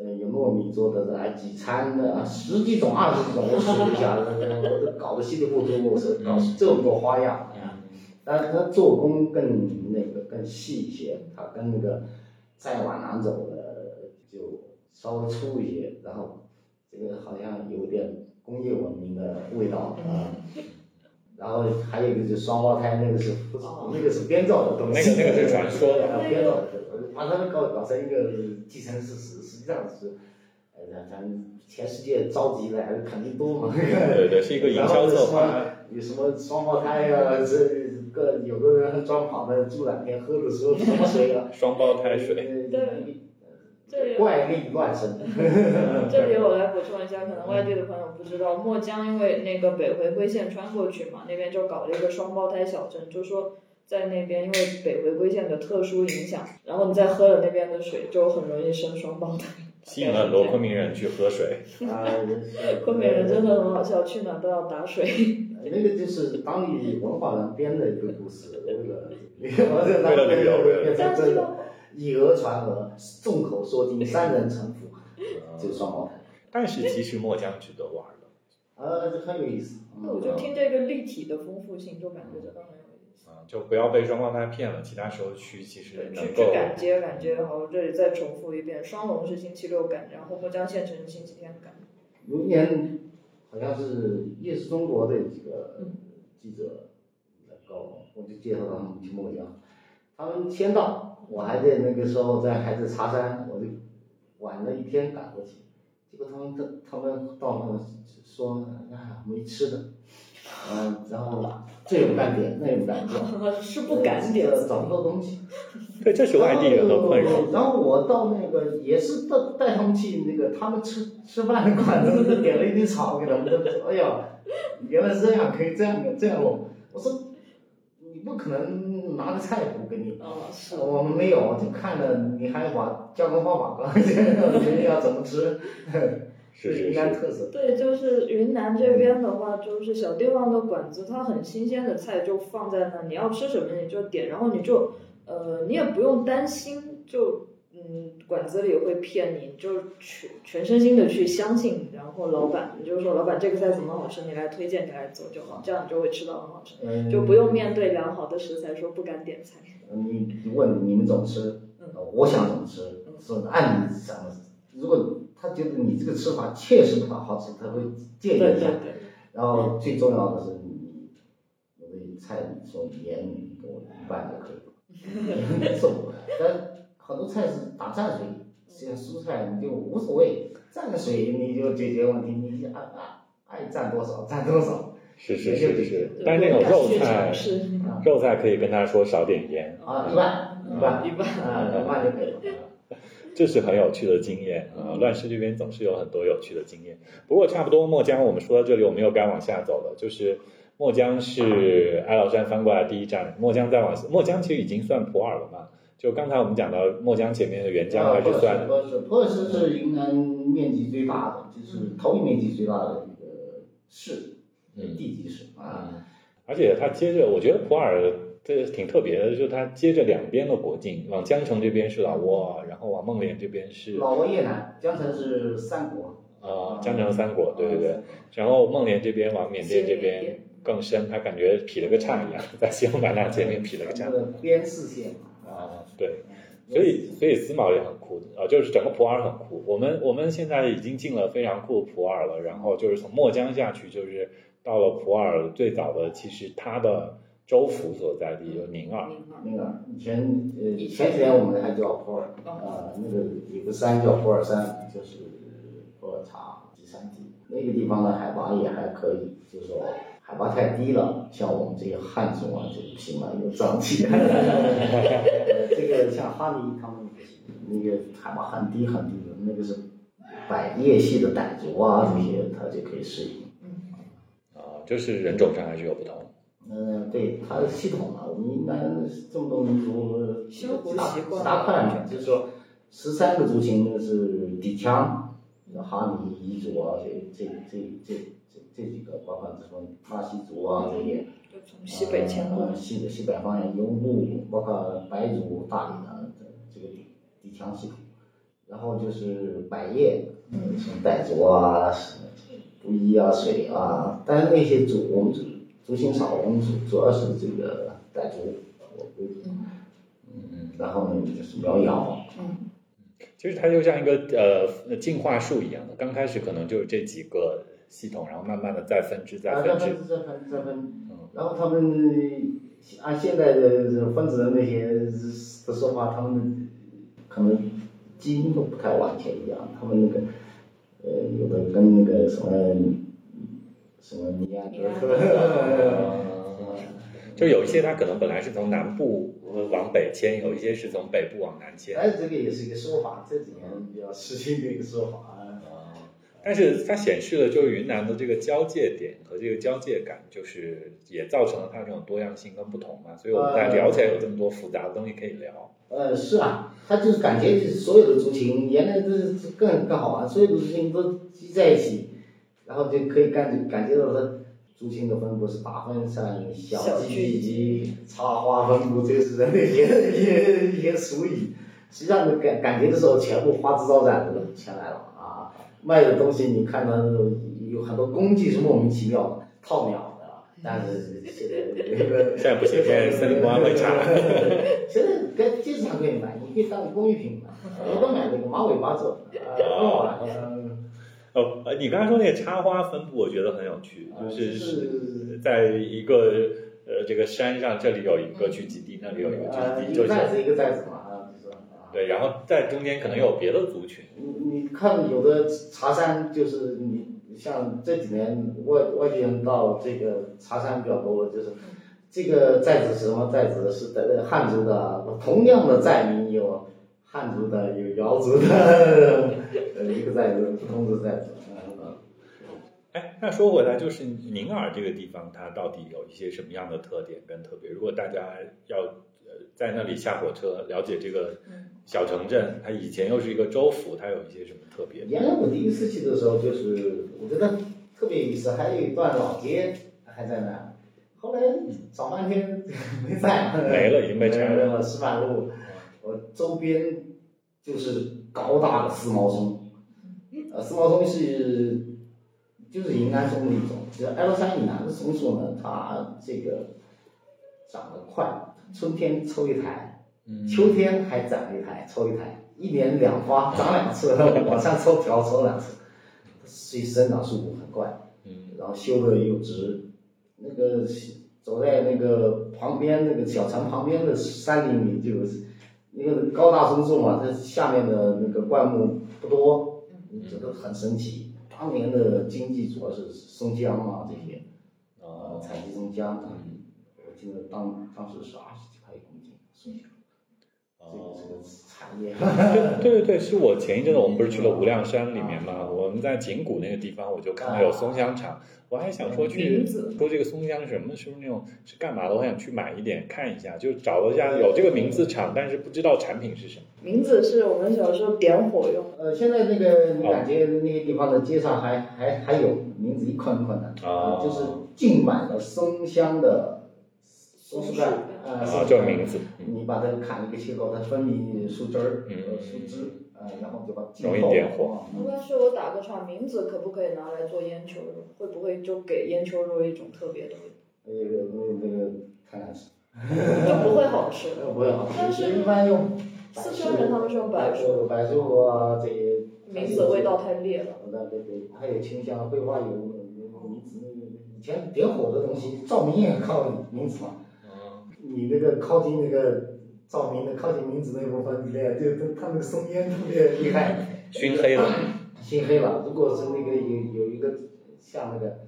呃有糯米做的，还几餐的，啊十几种二十几种，我数一下，我都搞得稀里糊涂，我说搞这么多花样啊。但是它做工更那个更细一些，它跟那个再往南走的就稍微粗一些，然后这个好像有点工业文明的味道啊。然后还有一个就是双胞胎，那个是不是
哦
那个是编造的东
那
西，
个那个是传说的。
啊编造的，把它们搞搞成一个既成事实，实际上是，呃，咱咱全世界召集来的肯定多嘛。
对对，是一个营销策划。
有什么双胞胎呀、这个有的人装胖的住两天，喝的时候什么水啊？
双胞胎水，
这里有
怪力乱神。
这里我来补充一下，可能外地的朋友不知道，墨江因为那个北回归线穿过去嘛，那边就搞了一个双胞胎小镇，就说在那边因为北回归线的特殊影响，然后你再喝了那边的水，就很容易生双胞胎。
吸引了很多昆明人去喝水。
啊，呃
昆明人真的很好笑，去哪都要打水。
那个就是当地文化人编的一个故事，为了
但是这个
以讹传讹，众口铄金，三人成虎，就双胞胎。
呃但是其实墨江值得玩的，
呃，这很有意思。
那我就听这个立体的丰富性，就感觉真的很有意思。
啊，就不要被双胞胎骗了。其他时候去其实
对，去
能
去
够
赶街赶街，然后这里再重复一遍，双龙是星期六赶，然后墨江县城是星期天赶。
明年好像是《夜视中国》的几个记者来搞，我就介绍他们去墨江，他们先到，我还在那个时候在还在茶山，我就晚了一天赶过去，结果他们他他们到那说哎呀没吃的，嗯、然后这也不敢点，那也不敢点，
是不敢点
呃找不到东西。
对，这是外地人的困扰。
哦
然后我到那个也是带带他们去那个他们吃吃饭的馆子， (laughs) 点了一堆草给他们。哎呀，原来是这样，可以这样的这样弄。我说你不可能拿个菜谱给
(laughs)
你，
哦，是
我们没有，就看了你还把加工方法告诉你，人家要怎么吃，
是是
云南
是，
特色。
对，就是云南这边的话，就是小地方的馆子，它很新鲜的菜就放在那，你要吃什么你就点，然后你就，呃，你也不用担心，就嗯，馆子里会骗你，就全全身心的去相信，然后老板，你就说老板这个菜怎么好吃，你来推荐，你来做就好，这样你就会吃到很好吃，
嗯，
就不用面对良好的食材说不敢点菜。
呃你问你们怎么吃，
嗯
呃我想怎么吃，是按你想的。如果他觉得你这个吃法确实不大好吃，他会
对
介意
对
一下。
对，
然后最重要的是你，有的菜你说盐你给我一半就可 (laughs) 以了，受不了。但很多菜是打蘸水，像蔬菜你就无所谓，蘸个水你就解决问题，你爱爱爱蘸多少蘸多少。
是是是是
对，
但是那种肉
不敢
菜
去尝，试
啊
肉菜可以跟他说少点盐，
啊，一半
嗯
一半
一半
啊，一半就可以了。
这是很有趣的经验啊、呃乱世这边总是有很多有趣的经验。不过差不多，墨江我们说到这里，我们又该往下走了。就是墨江是哀牢山翻过来第一站，墨江再往墨江其实已经算普洱了嘛。就刚才我们讲到墨江前面的沅江还是算
普洱市，普洱市是云南面积最大的，就是投影面积最大的一个市，
嗯
地级市啊。
而且它接着，我觉得普洱这挺特别的，就是它接着两边的国境，往江城这边是老挝，然后往孟连这边是
老挝、越南、江城是三国，
呃江城三国，对对对。然后孟连这边往缅甸这
缅甸
边更深，他感觉劈了个叉一样，在西双版纳前面劈了个叉
啊那。个边四县
啊，对，所以所以思茅也很酷啊、呃就是整个普洱很酷。我们我们现在已经进了非常酷普洱了，然后就是从墨江下去，就是到了普洱最早的，其实它的州府所在地有宁洱，
明白
那个以前呃
以前哦
前几年我们还叫普洱啊，那个有个山叫普洱山，就是普洱茶集散地。那个地方的海拔也还可以，就是说海拔太低了，像我们这些汉族啊就不行了， (laughs) 有瘴气。呃这个像哈尼他们不行，那个海拔很低很低的，那个是百叶系的傣族啊这些，他就可以适应。
嗯
啊、就是人种上还是有不同。
嗯，对，它是系统啊，我们云南这么多民族，
生活
几大
嗯习惯
几大块嘛，就是说十三个族群是底羌、哈尼、彝族啊，这这这这这这几个，包括什么纳西族啊这些，
就从西北迁过
呃，
去，
西北西北方向游牧，包括白族、大理的这个底底羌系统，然后就是百叶，嗯，什么傣族啊、布依啊、水啊，但是那些族我们族族群少，我们主主要是这个傣族为主，嗯，然后呢就是苗瑶，
嗯，
其实它就像一个呃进化树一样的，刚开始可能就是这几个系统，然后慢慢的再分支，再
啊，
分
再
支嗯
分。再分再分，然后他们按现在的分子的那些的说法，他们可能基因都不太完全一样，他们那个呃有的跟那个 (laughs) 什么什么尼安德特
(laughs) 就有一些它可能本来是从南部呃往北迁，有一些是从北部往南迁。
但是哎这个也是一个说法，这几年比较时兴的一个说法啊。
但是它显示了就是云南的这个交界点和这个交界感，就是也造成了它这种多样性跟不同嘛。所以我们在聊起来有这么多复杂的东西可以聊。
呃，是啊，他就是感觉就是所有的族群原来都是更更好玩，啊所有的族群都聚在一起，然后就可以感感觉到它族群的分布是大分散、
小
小
聚
聚集、插花分布，这个是人类也也也俗语。实际上你感感觉的时候，全部花枝招展的全来了啊！卖的东西你看到有很多工具是莫名其妙的，套鸟的，啊但是现在
现在不行，现在森林公安会查。 (laughs)
现在在街上可以买，你可以当工艺品买。我都买那个马尾巴做，啊，很好玩。嗯
哦，呃你刚才说那个插花分布，我觉得很有趣，
啊
就
就是
是在一个呃这个山上，这里有一个聚集地，那里有一个
啊，
聚集地，
一
就
个
是
寨子一个寨子嘛，啊，就是啊。
对，然后在中间可能有别的族群。
你你看有的茶山就是你像这几年外外地人到这个茶山比较多了，就是这个寨子什么寨子是的汉族的，同样的寨名有汉族的，有瑶族的，呃，一个寨子，同族寨子，嗯，
哎，那说回来，就是宁洱这个地方，它到底有一些什么样的特点跟特别？如果大家要呃在那里下火车，了解这个小城镇，它以前又是一个州府，它有一些什么特别？
原来我第一次去的时候，就是我觉得特别有意思，还有一段老街还在那儿，后来找半天没在，
(laughs) 没了已经被拆了
没了，石板路，我周边就是高大的思茅松，呃，思茅松是就是云南松的一种，就是哀牢山以南的松树呢，它这个长得快，春天抽一台，嗯
嗯
秋天还长一台，抽一台，一年两花，长两次，往上抽条抽两次，所以生长速度很快，
嗯，
然后修的又直，那个走在那个旁边那个小城旁边的山林里就，是因为高大松树嘛，它下面的那个灌木不多，这个很神奇。当年的经济主要是松江啊这些，
哦
呃，采集松江啊，我记得当当时是二十几块一公斤松江，这个这哦个产业。
哦
(laughs)
对对对，是我前一阵子我们不是去了无量山里面嘛，我们在景谷那个地方，我就看到有松香厂，我还想说去
名字
说这个松香什么是不是那种是干嘛的，我想去买一点看一下，就找了一下有这个名字厂，但是不知道产品是什么。
名字是我们小时候点火用的，
呃，现在那个你感觉那个地方的街上还还还有名字一款一款的，
哦
呃就是浸满了松香的松树干，呃，
啊，
松
这
树
个
干
名字，嗯
你把它砍一个切口，它分离树枝儿、
嗯
呃树枝，呃，然后就把浸
容易
泡
点火
嗯
但是我打个岔，名字可不可以拿来做烟球肉？会不会就给烟球肉一种特别的味
那个那个那个看来是，
道？就不会好吃。
那个不会好吃，
但是
一般用柏
四
树
川人他们是用柏树，
树、柏树啊这些，
名字味道太烈了。
那对对，还有清香、绘画有嗯名字，以前点火的东西，照明也靠名字嘛。你那个靠近那个照明的，靠近名字那部分，对，就它它那个松烟特别厉害，
熏黑了。
熏黑了。如果是那个有有一个像那个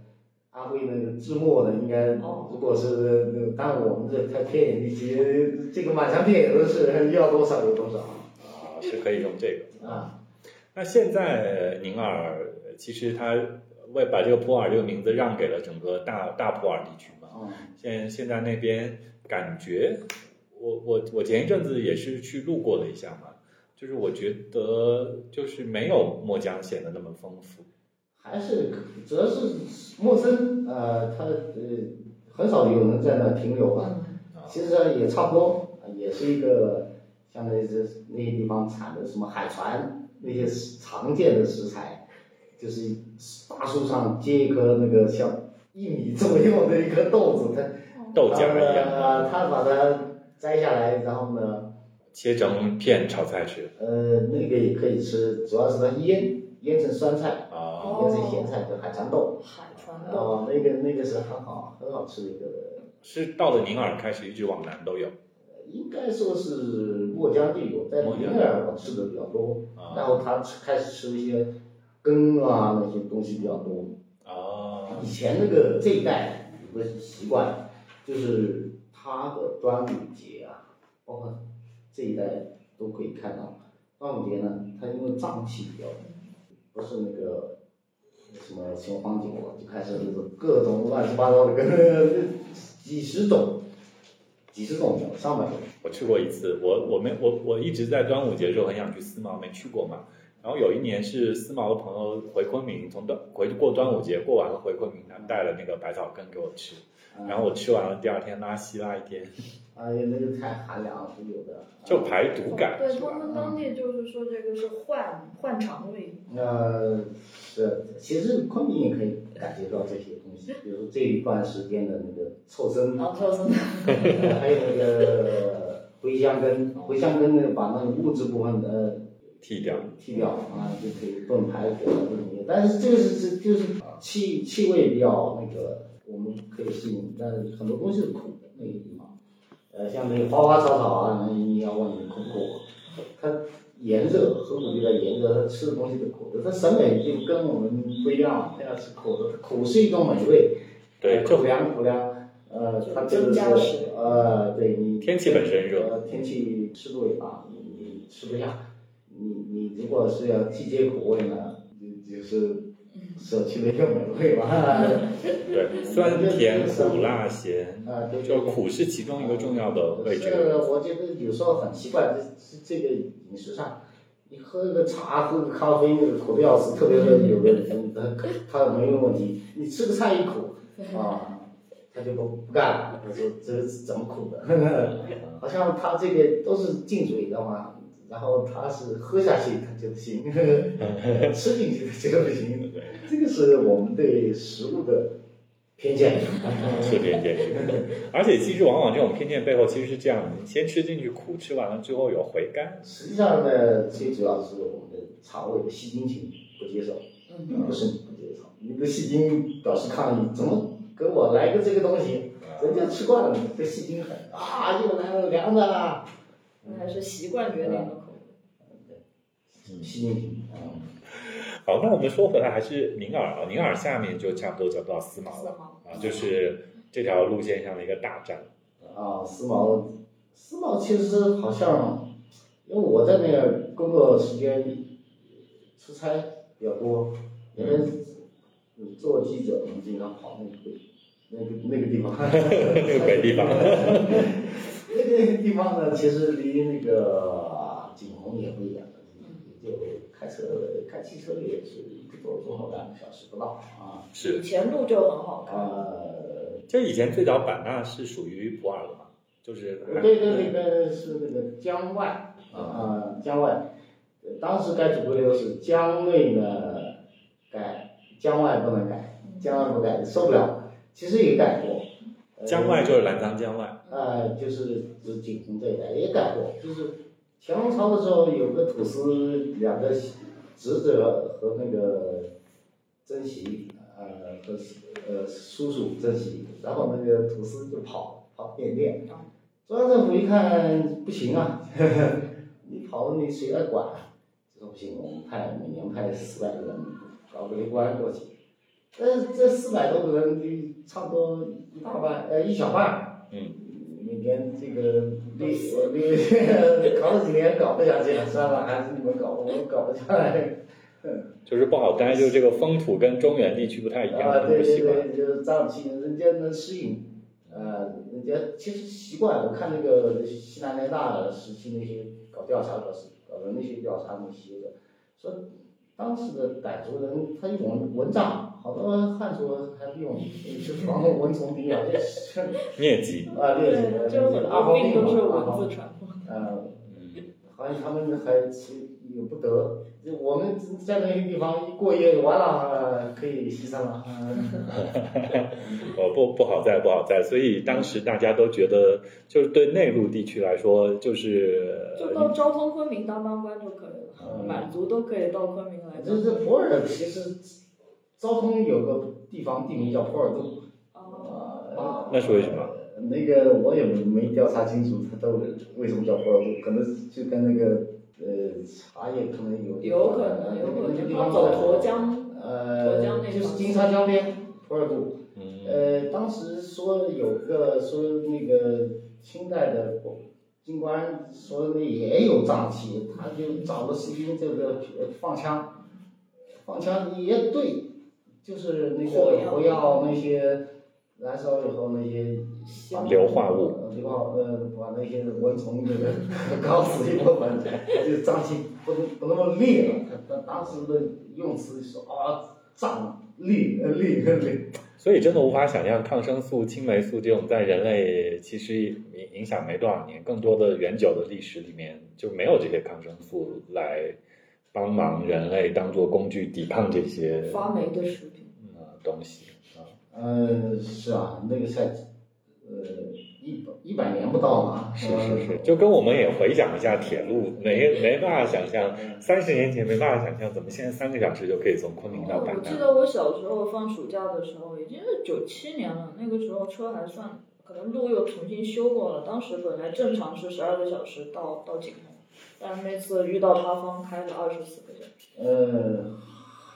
安徽那个制墨的，应该
哦
如果是那个，当然我们这太偏远地区，这个满山遍野都是，要多少有多少
啊，是可以用这个。
啊。
那现在宁洱其实它为把这个普洱这个名字让给了整个大大普洱地区嘛。
嗯
现现在那边感觉，我我我前一阵子也是去路过了一下嘛，就是我觉得就是没有墨江显得那么丰富。
还是主要是陌生，呃，他呃很少有人在那停留吧。
嗯
啊
其实也差不多，啊也是一个相当于是那些地方产的什么海船那些常见的食材，就是大树上结一颗那个像一米左右的一颗豆子，它
(laughs) 豆角一样，
呃，他把它摘下来，然后呢，
切成片炒菜吃
呃，那个也可以吃，主要是它腌腌成酸菜，
啊。
腌成咸菜，就海蚕豆。
海船豆，
哦，那个那个是很好很好吃的一个，
是到了宁洱开始一直往南都有
呃应该说是墨江就有，但
墨江
宁洱我吃的比较多，
啊
然后他吃开始吃一些羹啊那些东西比较多。
啊
以前那个这一代有个习惯，就是他的端午节啊，包括这一代都可以看到，端午节呢，它因为瘴气比较浓，不是那个什么雄黄酒啊，就开始那种各种乱七八糟的，跟几十种、几十种的上百种。
我去过一次，我我没我我一直在端午节的时候很想去思茅，没去过嘛。然后有一年是思茅的朋友回昆明，从端回去过端午节，过完了回昆明，他们带了那个百草羹给我吃，然后我吃完了，第二天拉稀拉一天，
哎呀，那个太寒凉了，有的。
就排毒感
对
是
他
吧？
们当地就是说这个是换换肠胃，
呃，是，其实昆明也可以感觉到这些东西，比如这一段时间的那个啊臭身
然后特生
(laughs) 还有那个茴香根，茴香根呢把那个物质部分的
剃掉。
剃掉啊，就可以炖排骨啊，炖牛。但是这个是这就是气气味比较那个，我们可以适应，但是很多东西是苦的那个地方，呃，像那个花花草草啊，你要问你苦不苦，它炎热，河谷地带炎热，它吃的东西都苦的，它审美就跟我们不一样，它要吃苦的，苦是一种美味，
对，
苦
就
凉苦凉，呃，它这
增
个是
加食欲
呃，对你
天气本身热
呃，天气湿度也大，你你吃不下，你你如果是要季节苦味呢，就就是舍弃了一个美味吧， (laughs)
对，酸甜苦辣咸，
啊，对对
就
对
苦是其中一个重要的味觉。
这个我觉得有时候很奇怪，这这这个饮食上，你喝个茶，喝个咖啡，那个苦的要死，特别是有的人他他没有问题，你吃个菜一苦啊，他就不不干了，他说这是怎么苦的？ (laughs) 好像他这个都是进嘴，知道吗？然后他是喝下去他就行， (laughs) 吃进去他就不行。这个是我们对食物的偏见。
是偏见，而且其实往往这种偏见背后其实是这样：你先吃进去苦，吃完了之后有回甘，
实际上呢，最主要是我们的肠胃的细菌群不接受，
嗯
不是你不接受，你的细菌表示抗议，怎么给我来个这个东西？
啊
人家吃惯了，这细菌很啊，又来了凉的啦，
那还是习惯决定的口味。
细菌群啊，
好，那我们说回来还是宁洱啊，宁洱下面就差不多讲到思茅
四
了
毛，
啊，就是这条路线上的一个大站。
啊，思茅，思茅其实好像，因为我在那个工作时间出差比较多，因为做记者，我们经常跑那个那个那个地 (laughs) 方，
那个鬼地
(laughs)
方
那个地方呢，其实离那个景洪也不远，也就开车开汽车也是一个多钟头两个小时不到啊，
是
以，前路就很好看，
呃。
就以前最早版纳是属于普洱的嘛，就是
对对，那个是那个江外啊、江外，呃当时改主规流是江内呢改，江外不能改，江外不改受不了。其实也改过，呃
江外就是澜沧江外，
呃，就是就是景洪这一带也改过，就是乾隆朝的时候有个土司两个侄子和那个珍惜，呃和呃叔叔珍惜，然后那个土司就跑跑缅甸
啊，
中央政府一看不行啊， (laughs) 呵呵你跑你谁来管啊？就说不行，我们派每年派四百个人搞个围观过去。但是这四百多个人，就差不多一大半，呃，一小半儿
嗯，
每年这个历我历搞了几年搞不下去了，算了，还是你们搞，我们搞不下来。
嗯就是不好待，就是这个风土跟中原地区不太一
啊，
样，
对
不
对
习惯。
对，就是脏器，人家能适应，呃，人家其实习惯。我看那个西南联大时期那些搞调查搞搞人类学调查那些的，说当时的傣族人他一蚊蚊帐，好多汉族还利用去防蚊虫叮咬，这是
疟疾，
啊，对对
对，
对，
就是很
阿
多
猫
病都是
阿猫
文字传播。
呃，好像他们还有不得，就我们在那个地方一过夜完了，可以牺牲了。
哦不不好在不好在，所以当时大家都觉得，就是对内陆地区来说，就是
就到昭通昆明当当官就可以了，
嗯
满族都可以到昆明来。
这这普洱其实，昭通有个地方地名叫普洱渡，
哦，
呃
那是为什么？
那个我也没调查清楚，它都为什么叫普洱渡，可能就跟那个呃茶叶可能有
有可能，有可
那个
能
地
他
方
走沱江，沱江
呃，
那
就是
方
金沙江边普洱渡。
嗯
呃，当时说有个说那个清代的军官说也有瘴气，他就找了士兵这个放枪，放枪也对，就是那
火
个
药
火药那些燃烧以后那些
香
硫化物，
呃硫化呃把那些蚊虫这个 (laughs) 搞死一部分，就瘴气不不那么烈了。当当时的用词说啊瘴烈呃烈烈。
所以真的无法想象抗生素、青霉素这种在人类其实影影响没多少年，更多的远久的历史里面就没有这些抗生素来帮忙人类当做工具抵抗这些
发霉的食品。
呃东西啊。
呃，是啊，那个赛，呃，一百一百年不到呃嘛，
是是是，就跟我们也回想一下铁路，没没办法想象，三十年前没办法想象，怎么现在三个小时就可以从昆明到版
哦我记
纳？
得我小时候放暑假的时候，已经是九七年了，那个时候车还算，可能路又重新修过了。当时本来正常是十二个小时到到景洪，但是那次遇到塌方开了二十四个小时，
呃，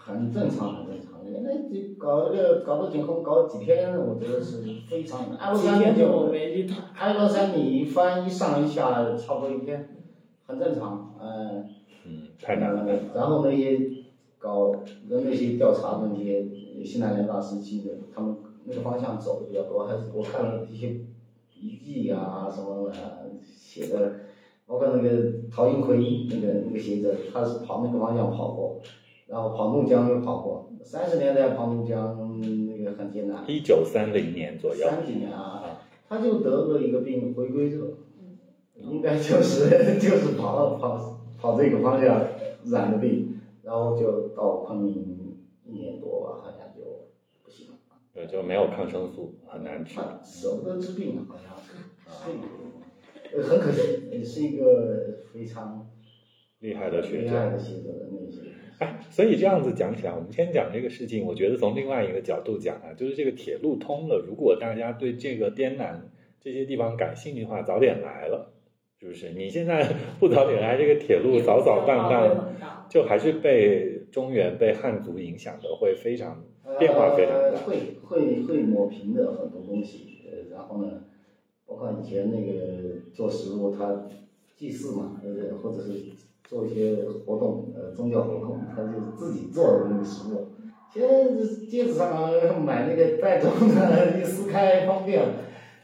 很正常，很正常。那这搞这搞到最后搞几天，我觉得是非常。安禄
几
山
天我
就
没遇到。
安禄山，你一翻一上一下，差不多一天，很正常。呃，
嗯，太难了。
呃然后那些搞的那些调查的那些西南联大时期的，他们那个方向走的比较多，还是我看了一些笔记啊什么的写的，包括那个陶云奎那个那个学者，他是跑那个方向跑过，然后跑怒江又跑过，三十年代跑怒江那个很艰难，
一九三零年左右，
三几年啊，他就得了一个病，回归热， (laughs) 应该就是就是跑跑跑这个方向染的病，然后就到昆明一年多吧，好像就不行了，
对，呃就没有抗生素，很难治。
他舍不得治病，好像是，这个呃很可惜，呃是一个非常
厉害的学
厉
者
害，的写作的那些。
哎， (laughs) 所以这样子讲起来，我们先讲这个事情。我觉得从另外一个角度讲啊，就是这个铁路通了，如果大家对这个滇南这些地方感兴趣的话，早点来了，是不是？你现在不早点来，这个铁路早早淡
变 (laughs)
淡，
化会很大
就还是被中原、被汉族影响的，会非常变化非常
呃、
大。
会会会抹平的很多东西，呃，然后呢，包括以前那个做食物，他祭祀嘛，呃，或者是做一些活动，呃，宗教活动，他就自己做的那个食物。现在这街市上买那个袋装的，一撕开方便。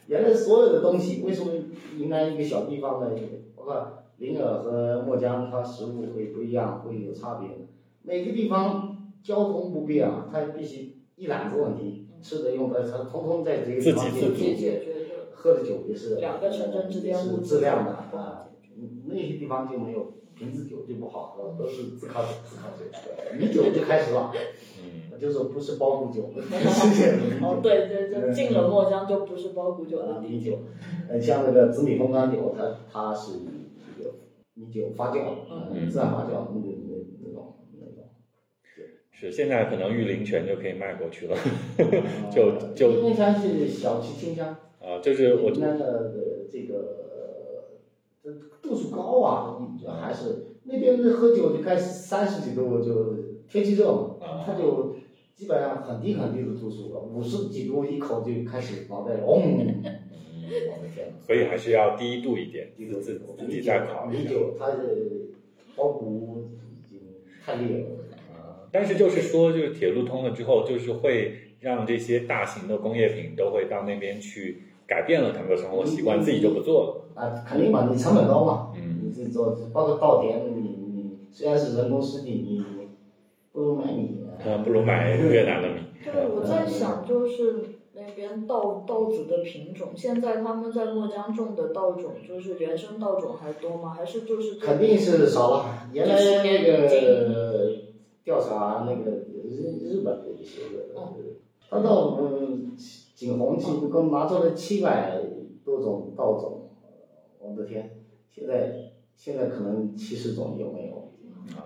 原来所有的东西，为什么云南一个小地方呢？包括临洱和墨江，它食物会不一样，会有差别的。每个地方交通不便啊，它必须一揽子问题，吃的用的，它通通在这个地方
自给自
就
足
解
解
决
决。
这个
喝的酒也是
两个城镇之间
是
物
质
资
量的
的不好
啊
解决，
那些地方就没有瓶子酒就不好喝，都是自靠自靠嘴的，米酒就开始了，
嗯，
(laughs) 就是不是包谷酒， (laughs) 是米
哦，
酒。
对对对，进了墨江就不是包谷酒
呃
了，
米酒，呃，像那个紫米红干酒，它它是一个米酒发酵，
嗯
呃自然发酵那个那那种那种。
是现在可能玉林泉就可以卖过去了， (laughs) 就就
那香是小吃清香，
啊、就是我
云南的呃这个呃度数高啊，还是那边的喝酒就开始三十几度就天气热嘛
啊，
它就基本上很低很低的度数了，五十几度一口就开始脑袋嗡，
嗯 (laughs)
我的天，
所以还是要低度一点，
这
自
个
自自己再考虑
米
一下。
酒它是包谷已经太烈了。
但是就是说，就是铁路通了之后，就是会让这些大型的工业品都会到那边去，改变了他们的生活习惯，自己就不做了。
啊，肯定嘛，你成本高嘛，
嗯
你自己做，包括稻田，你你虽然是人工湿地，你你不如买米啊。
嗯，不如买越南的米。
对，我在想，就是那边稻稻子的品种，现在他们在墨江种的稻种，就是原生稻种还多吗？还是就是
肯定是少了。原来那个调查那个日日本的一些
嗯
个，他到嗯景洪
哦
去共拿出了七百多种稻种，我的天，现在现在可能七十种有没有？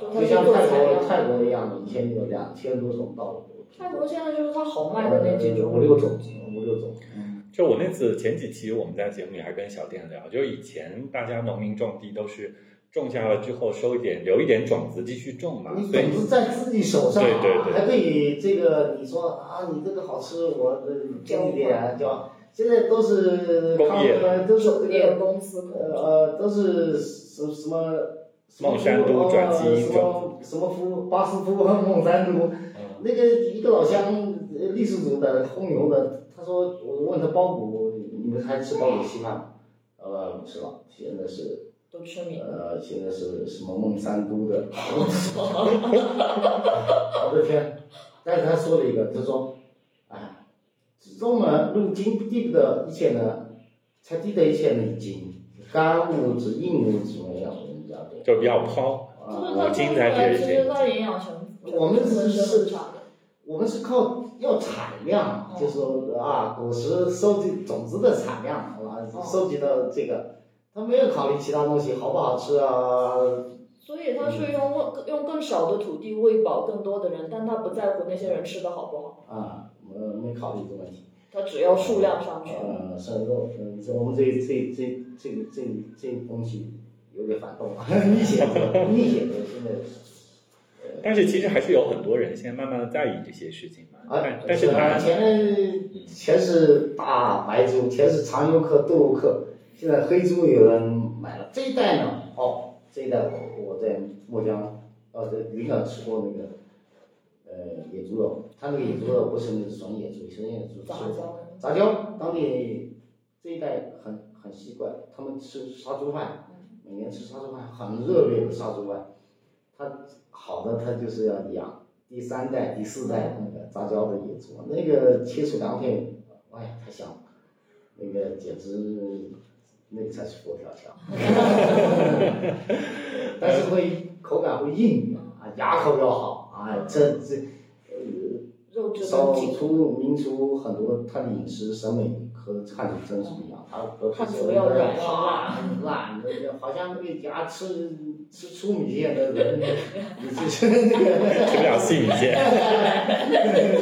就它
就是像
做
泰
材
国
料？
泰国一样，以前有两千多种稻种，
泰国现在就是它好卖的那几种，
呃五六种，五六种。
就我那次前几期我们在节目里还跟小店聊，就是以前大家农民种地都是种下了之后收一点，留一点种子继续种嘛，
你
所以
种子在自己手上、啊，
对对对
还可以这个你说啊，你这个好吃，我呃给你点叫。现在都是
工业
他们都是
酒
这个
店公司可
呃
能
呃都是什什么什么
孟山都
夫
转基因
呃什么什么夫巴斯夫孟山都，
嗯
那个一个老乡呃傈僳族的红油的，他说我问他包谷，你们还吃包谷稀饭吗？呃，不吃了，现在是
都吃米。
呃，现在是什么孟山都的，我的天！但是他说了一个，他说，哎，中呢，入经地的一切呢，才地的一切呢，已经干物质、硬物质没有，人家的。
就比较抛。
就是
我
它
啊，
今
做出
才
来，
觉
其
醒
实它营养成分
我们
是
是
很差的。
我们是靠要产量，就说啊，果实收集种子的产量啊，收集到这个，他没有考虑其他东西好不好吃啊，
所以它是
嗯
用更用更少的土地喂饱更多的人，但它不在乎那些人吃的好不好，
啊，没没考虑这个问题。
它只要数量上去。
嗯呃，生肉，嗯，这我们这这这这这这东西，有点反动， (laughs) 逆写作，逆写作现在
但是其实还是有很多人现在慢慢的在意这些事情嘛。
啊
但，但哎是他
以前全是大白猪，全是长游客、斗肉客，现在黑猪有人买了。这一代呢，哦，这一代我我在墨江，呃，在云南吃过那个，呃，野猪肉，它那个野猪肉不是那种纯野猪，纯野猪
杂
是
交
杂交，当地这一代很很奇怪，他们吃杀猪饭，每年吃杀猪饭，很热烈的杀猪饭。他好的，他就是要养第三代、第四代那个杂交的野猪，那个切出两片，哎呀，太香了，那个简直，那个才是佛跳墙。 (laughs) 但是会口感会硬啊，牙口要好啊，这这呃。
肉质
少
更紧，
出民族很多，他的饮食审美和汉族真是不一样，他不是
汉族
说
要
那
软
个
要辣
辣
(laughs)
辣，那个好像那个牙吃吃粗米线的人，你这是那个
吃不了细米线。
(laughs)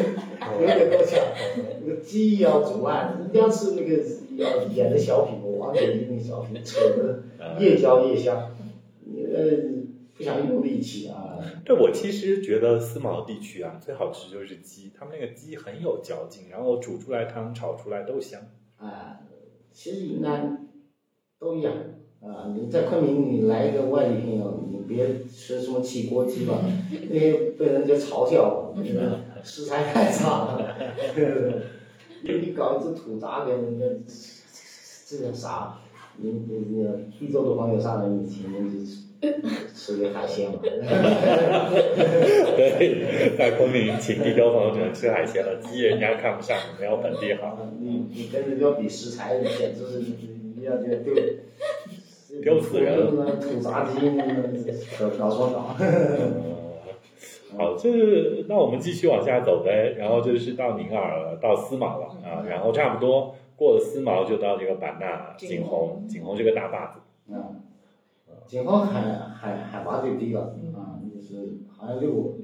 有点够呛，那个鸡要煮烂，人家吃那个要演的小品，我王雪一那个小品扯的越嚼越香，呃，不想用力气啊，
对，我其实觉得思茅地区啊，最好吃就是鸡，他们那个鸡很有嚼劲，然后煮出来汤、炒出来都香。
啊，其实云南都一样啊。你在昆明，你来一个外地朋友，你别吃什么汽锅鸡吧，那些被人家嘲笑，那个食材太差了。 (laughs) 你搞一只土杂给人家，这个啥？你你你，贵州的朋友上来，你请人家吃吃个海鲜嘛。
(laughs) 对，在昆明请地沟朋友只能吃海鲜了，鸡人家看不上，没有本地好。
你你跟人家比食材，简直是一样就丢
(laughs) 丢死人
(laughs) 了！土杂鸡，搞搞错 (laughs) 搞。
好，就是那我们继续往下走呗，然后就是到宁洱了，到思茅了啊，然后差不多过了思茅就到这个版纳景洪，景洪这个大坝子。
嗯，景洪海海海拔最低了，
嗯
啊，就是好像六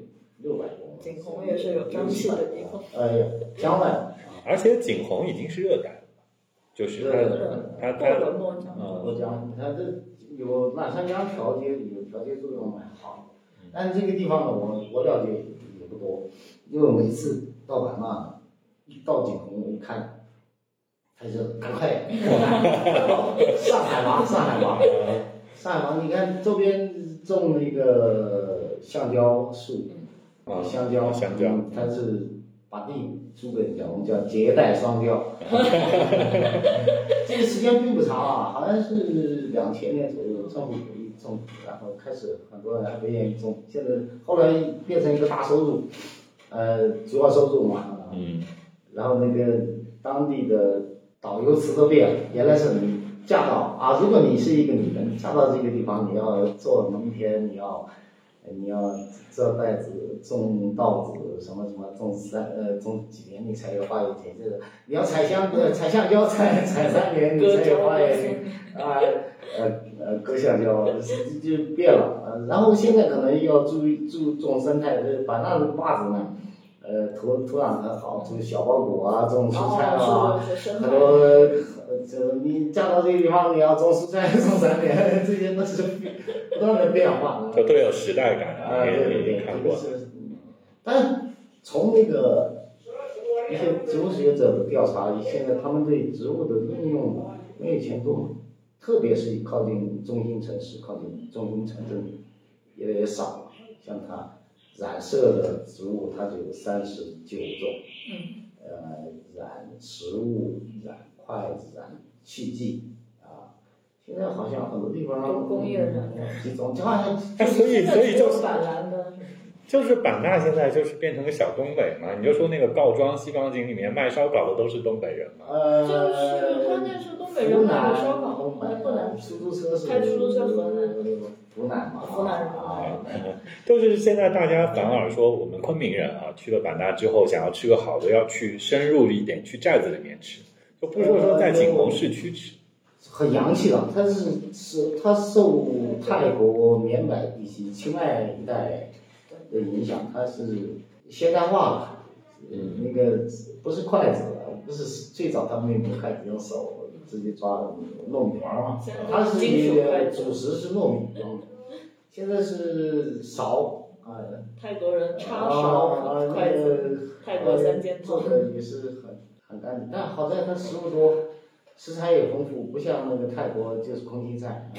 六百多。
景洪也是有瘴气的地方。
呃，江外，
而且景洪已经是热带了，就是它它
过了
它
墨江，
呃
我讲它这有澜山江调节有调节作用蛮好，但是这个地方呢，我我了解也不多，因为我每次到版纳，一到景洪我一看，他就赶快上海王，上海王，上海王，你看周边种那个橡胶树，
啊
香蕉，
香蕉
嗯它是把地租给人家，我们叫结带双蕉。这个时间并不长啊，好像是两千年左右，政府鼓励种，然后开始很多人还不愿意种，现在后来变成一个大收入，呃，主要收入嘛。啊
嗯
然后那个当地的导游词都变了，原来是你嫁到啊，如果你是一个女人嫁到这个地方，你要做农田，你要呃你要这袋子种稻子，什么什么种三呃种几年你才有花园田，这个你要采香呃采橡胶采采三年你才有花园田。啊，呃呃，割橡胶就就变了。呃，然后现在可能要注意注重生态，就是把那个坝子呢，呃，土土壤很好，种小包果啊，种蔬菜啊
哦，，是是是，
很多呃这你嫁到这个地方，你要种蔬菜，种三年， (laughs) 这些都是不断的变
(laughs)
化的。
就特别有时代
啊，
感，
对对
你
对，
也看过。
这个是但从那个一些植物学者的调查，现在他们对植物的应用没有以前多，特别是靠近中心城市、靠近中心城镇越来越少了。像它染色的植物，它就有三十九种。
嗯，
呃，染食物、染筷子、染器具啊。现在好像很多地
有
方
工业染的
集中，就好像
哎，所以所以就
现
是
在只有板蓝的，
就是版纳现在就是变成个小东北嘛，你就说那个告庄西方井里面卖烧烤的都是东北人嘛，
呃，
就是关键是东北人买的烧烤呃
湖南啊
湖南
出租车是
开出租车河南
湖南嘛，
湖南人
啊，
就是现在大家反而说我们昆明人啊，去了版纳之后想要吃个好的，要去深入一点，去寨子里面吃，就不是说在景洪市区吃。
很洋气的，它是是它受泰国、缅北地区、清迈一带的影响，它是现代化了。嗯，那个不是筷子了，不是最早他们也没有筷子，用手直接抓糯米团儿嘛
现在，
它是
金属筷子
主食是糯米，现在是勺啊，
泰国人叉
啊
烧
啊
和筷
那
子，
个呃
泰国三件套
做的也是很很干净，但好在它食物多，食材也丰富，不像那个泰国就是空心菜， (laughs)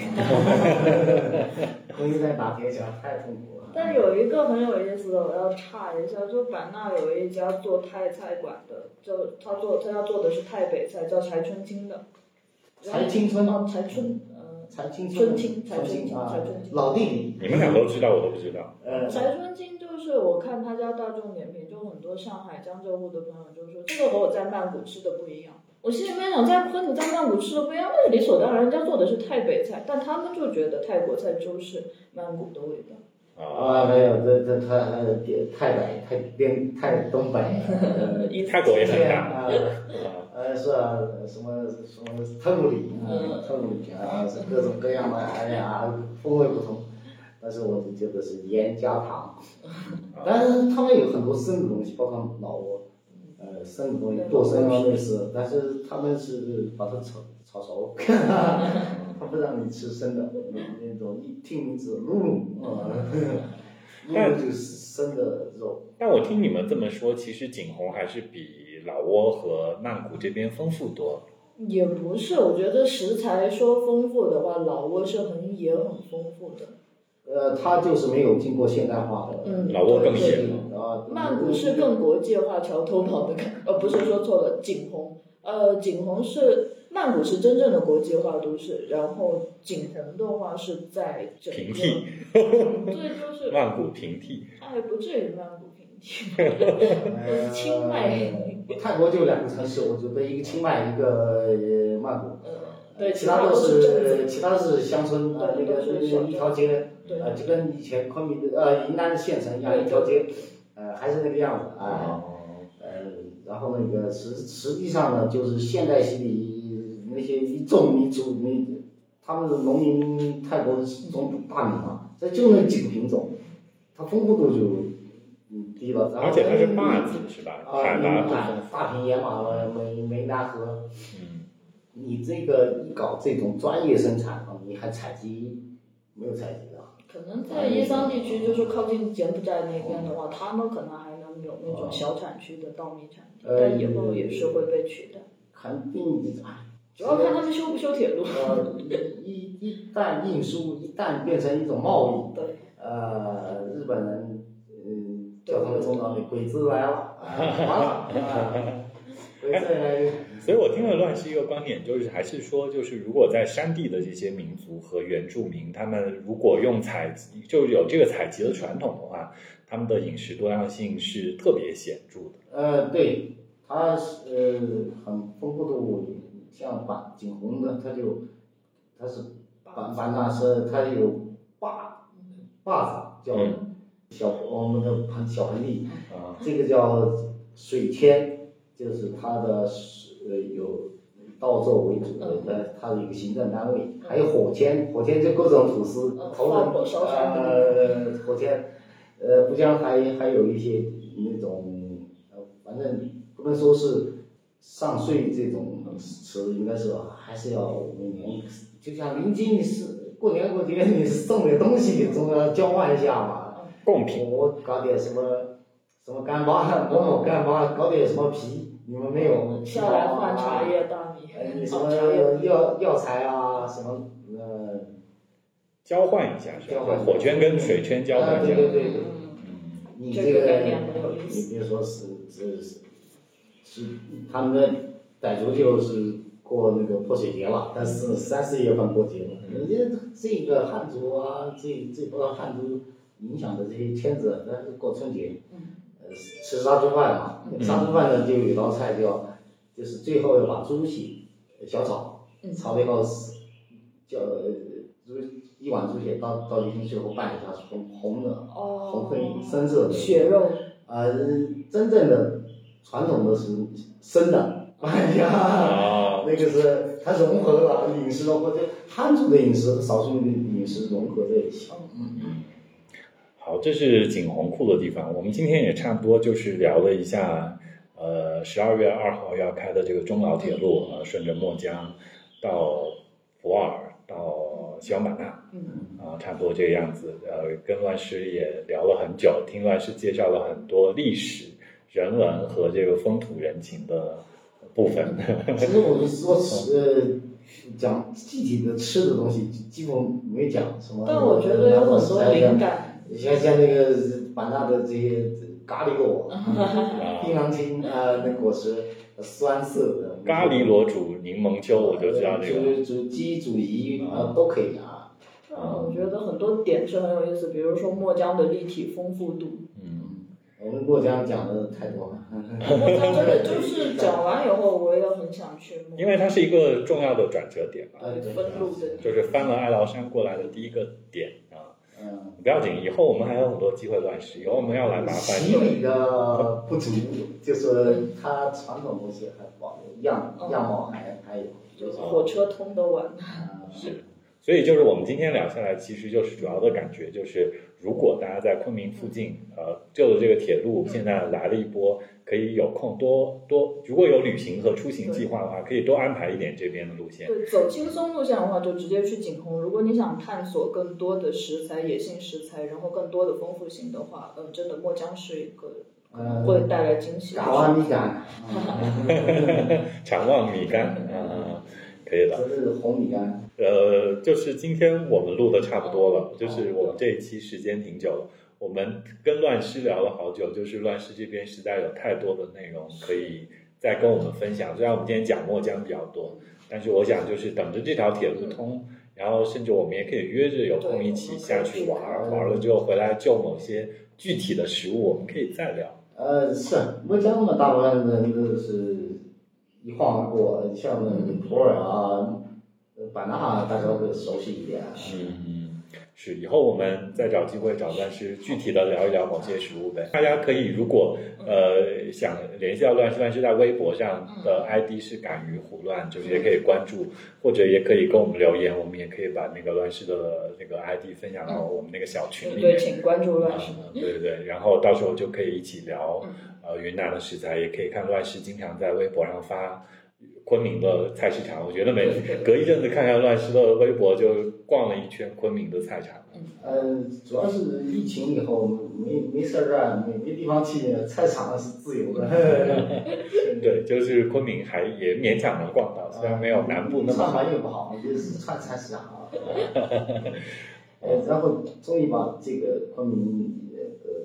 空心菜打铁脚太痛苦了。
但有一个很有意思的，我要插一下，就版纳有一家做泰菜馆的，就他做他要做的是泰北菜，叫柴春青的。
才青春
啊，柴春，嗯、
才青
春
春，
青才
春
春青
啊
才春青，
老弟弟，
你们俩都知道，我都不知道。
呃，
柴春青就是我看他家大众点评，就很多上海江浙沪的朋友就说，这个和我在曼谷吃的不一样。我心里面想，在和你在曼谷吃的不一样，那是理所当然，人家做的是泰北菜，但他们就觉得泰国菜就是曼谷的味道。
啊，
啊，没有，这这太太北太边太东北，呃
意思
泰国也很
对
大。
啊，呃是啊，什么什么特鲁里啊，特鲁里啊，是各种各样的，哎呀，风味不同。但是我就觉得是盐加糖， (laughs) 但是他们有很多生的东西，包括老挝，呃，生的东西做生啊类似，但是他们是把它炒炒熟， (laughs) 他不让你吃生的，那那种一听名字露露，啊， (laughs) 露露就是生的肉。
但我听你们这么说，其实景洪还是比老挝和曼谷这边丰富多。
也不是，我觉得食材说丰富的话，老挝是很也很丰富的。
呃，它就是没有经过现代化的，
嗯
老挝更
对
野
啊，
曼谷是更国际化桥头堡的感， (laughs) 呃，不是说错了，景洪，呃，景洪是曼谷是真正的国际化都市，然后景洪的话是在整个，
平替
(laughs) 对，就是
曼谷平替，
哎，不至于曼谷平替，
哎呃
清迈，
泰国就两个城市，我觉得一个清迈，一个呃曼谷，
嗯，对，
其
他
都
是政
是
治，
其他都是乡村，呃，那
对
个
都是
那
小
个一条街，
对
呃，就跟以前昆明的呃云南的县城一样，一条街，呃，还是那个样子
哦
啊，呃，然后那个实实际上呢，就是现代西里那些一种民族，你他们的农民泰国种大米嘛，这就那几个品种，它丰富度就嗯低了，然后
而且它是
那个
坝子是吧？
啊，
海
你
拔不
大
同。
大平野马梅梅达河，
嗯，
你这个一搞这种专业生产啊，你还采集没有采集的？
可能在伊桑地区，就是靠近柬埔寨那边的话，他们可能还能有那种小产区的稻米产地，
呃
但以后也是会被取代，
肯定啊，
主要看他们修不修铁路。 (laughs)
呃，一一旦运输一旦变成一种贸
对，
易，呃，日本人嗯叫他们中岛的鬼子来了，啊完了，啊鬼子来了。
所以我听了乱世一个观点，就是还是说，就是如果在山地的这些民族和原住民，他们如果用采集，就是有这个采集的传统的话，他们的饮食多样性是特别显著的。
呃，对，它是呃很丰富的物，像板景洪的，它就它是板板纳是它有坝坝子叫
嗯
小我们的盆小盆地，
啊，
这个叫水天，就是它的水呃有道州为主
嗯
的，呃它的一个行政单位，还有火天，火天就各种土司
嗯，
头
放火
人
烧山的
呃火天，呃不像还还有一些那种呃反正不能说是上税这种词，应该是吧还是要每年就像临近是过年过节你送点东西，你总要交换一下嘛。
贡品
我搞点什么什么干巴，某某干巴，搞点什么皮，你们没有？
下来换茶叶、大米，
呃，你什
好
么
茶叶。
药药材啊，什么呃，
交换一下是吧
交？换
火圈跟水圈交换
啊
一下
对。对对对，
嗯
嗯
你
这
这
个
个
概念很有意
你
思
比如说是是是是他们的傣族就是过那个泼水节了，但
嗯
是三四月份过节了，人家这个汉族啊，这这波汉族影响的这些圈子，但是过春节，
嗯
呃，吃杀猪饭嘛，杀猪饭呢就有道菜叫，就是最后要把猪血小炒，
嗯
炒了以后是叫呃猪一碗猪血倒倒进去，最后拌一下红红的，
哦
红黑深色的
血肉，
呃，真正的传统的是生的，
哦
哎呀，
啊，
那个是它融合了饮食融合，就汉族的饮食、少数民族的饮食融合在
(laughs)
一起。
好，这是景洪库的地方。我们今天也差不多就是聊了一下，呃，十二月二号要开的这个中老铁路，呃，顺着墨江，到普洱到西双版纳，
嗯
啊，差不多这个样子。呃，跟乱世也聊了很久，听乱世介绍了很多历史、人文和这个风土人情的部分。 (laughs)
其实我们说吃，呃，讲具体的吃的东西，基本没讲什么。
但我觉得有很多灵感。
像像那个版纳的这些咖
(laughs)
喱果、槟榔精啊，那果实酸涩的。
咖喱裸煮柠檬秋，我就知道这个。
煮煮鸡、煮鱼啊，都可以啊。
嗯，我觉得很多点是很有意思，比如说墨江的立体丰富度，
嗯，
我们洛江讲的太多了。
墨江真的就是讲完以后，我也很想去墨江。
因为它是一个重要的转折点嘛，
分路的
就是翻了爱劳山过来的第一个点啊。
嗯，
不要紧，以后我们还有很多机会乱世，以后我们要来麻烦
习
你。
礼嗯的不足，就是它传统东西还保留，样样貌还还有。就是
哦
火车通得完，
是，所以就是我们今天聊下来，其实就是主要的感觉就是，如果大家在昆明附近，呃，就着这个铁路现在来了一波，可以有空多多，如果有旅行和出行计划的话，可以多安排一点这边的路线。
对，走轻松路线的话，就直接去景洪。如果你想探索更多的食材、野性食材，然后更多的丰富性的话，嗯，真的墨江是一个
嗯，
会带来惊喜的
嘎哇
地
米干，啊
长旺米干，嗯、可以的。
这嗯是红米干。
呃，就是今天我们录的差不多了，就是我们这一期时间挺久了。我们跟乱师聊了好久，就是乱师这边实在有太多的内容可以再跟我们分享。虽然我们今天讲墨江比较多，但是我想就是等着这条铁路通，然后甚至我们也可以约着有空一起下去玩儿，
对
玩了之后回来就某些具体的食物，我们可以再聊。
呃，是墨江嘛，大部分人都是一晃而过，像那个普洱啊、版纳啊，大家会熟悉一点。啊
嗯，是，以后我们再找机会找乱世具体的聊一聊某些食物呗。大家可以如果呃想联系到乱世，乱世在微博上的 ID 是敢于胡乱，就是也可以关注，或者也可以跟我们留言，我们也可以把那个乱世的那个 ID 分享到我们那个小群
方。
里
对，
面。
请关注
啊
乱世。
嗯，对对对，然后到时候就可以一起聊
嗯，
呃，云南的食材，也可以看乱世经常在微博上发昆明的菜市场，我觉得每隔一阵子看看乱世的微博，就逛了一圈昆明的菜场。
呃，主要是疫情以后没没事儿干，没没地方去，菜场是自
(laughs)
由的。
对，就是昆明还也勉强能逛到，虽然没有南部那么
串
好。
环境不好，就是串菜市场啊。呃，然后终于把这个昆明呃呃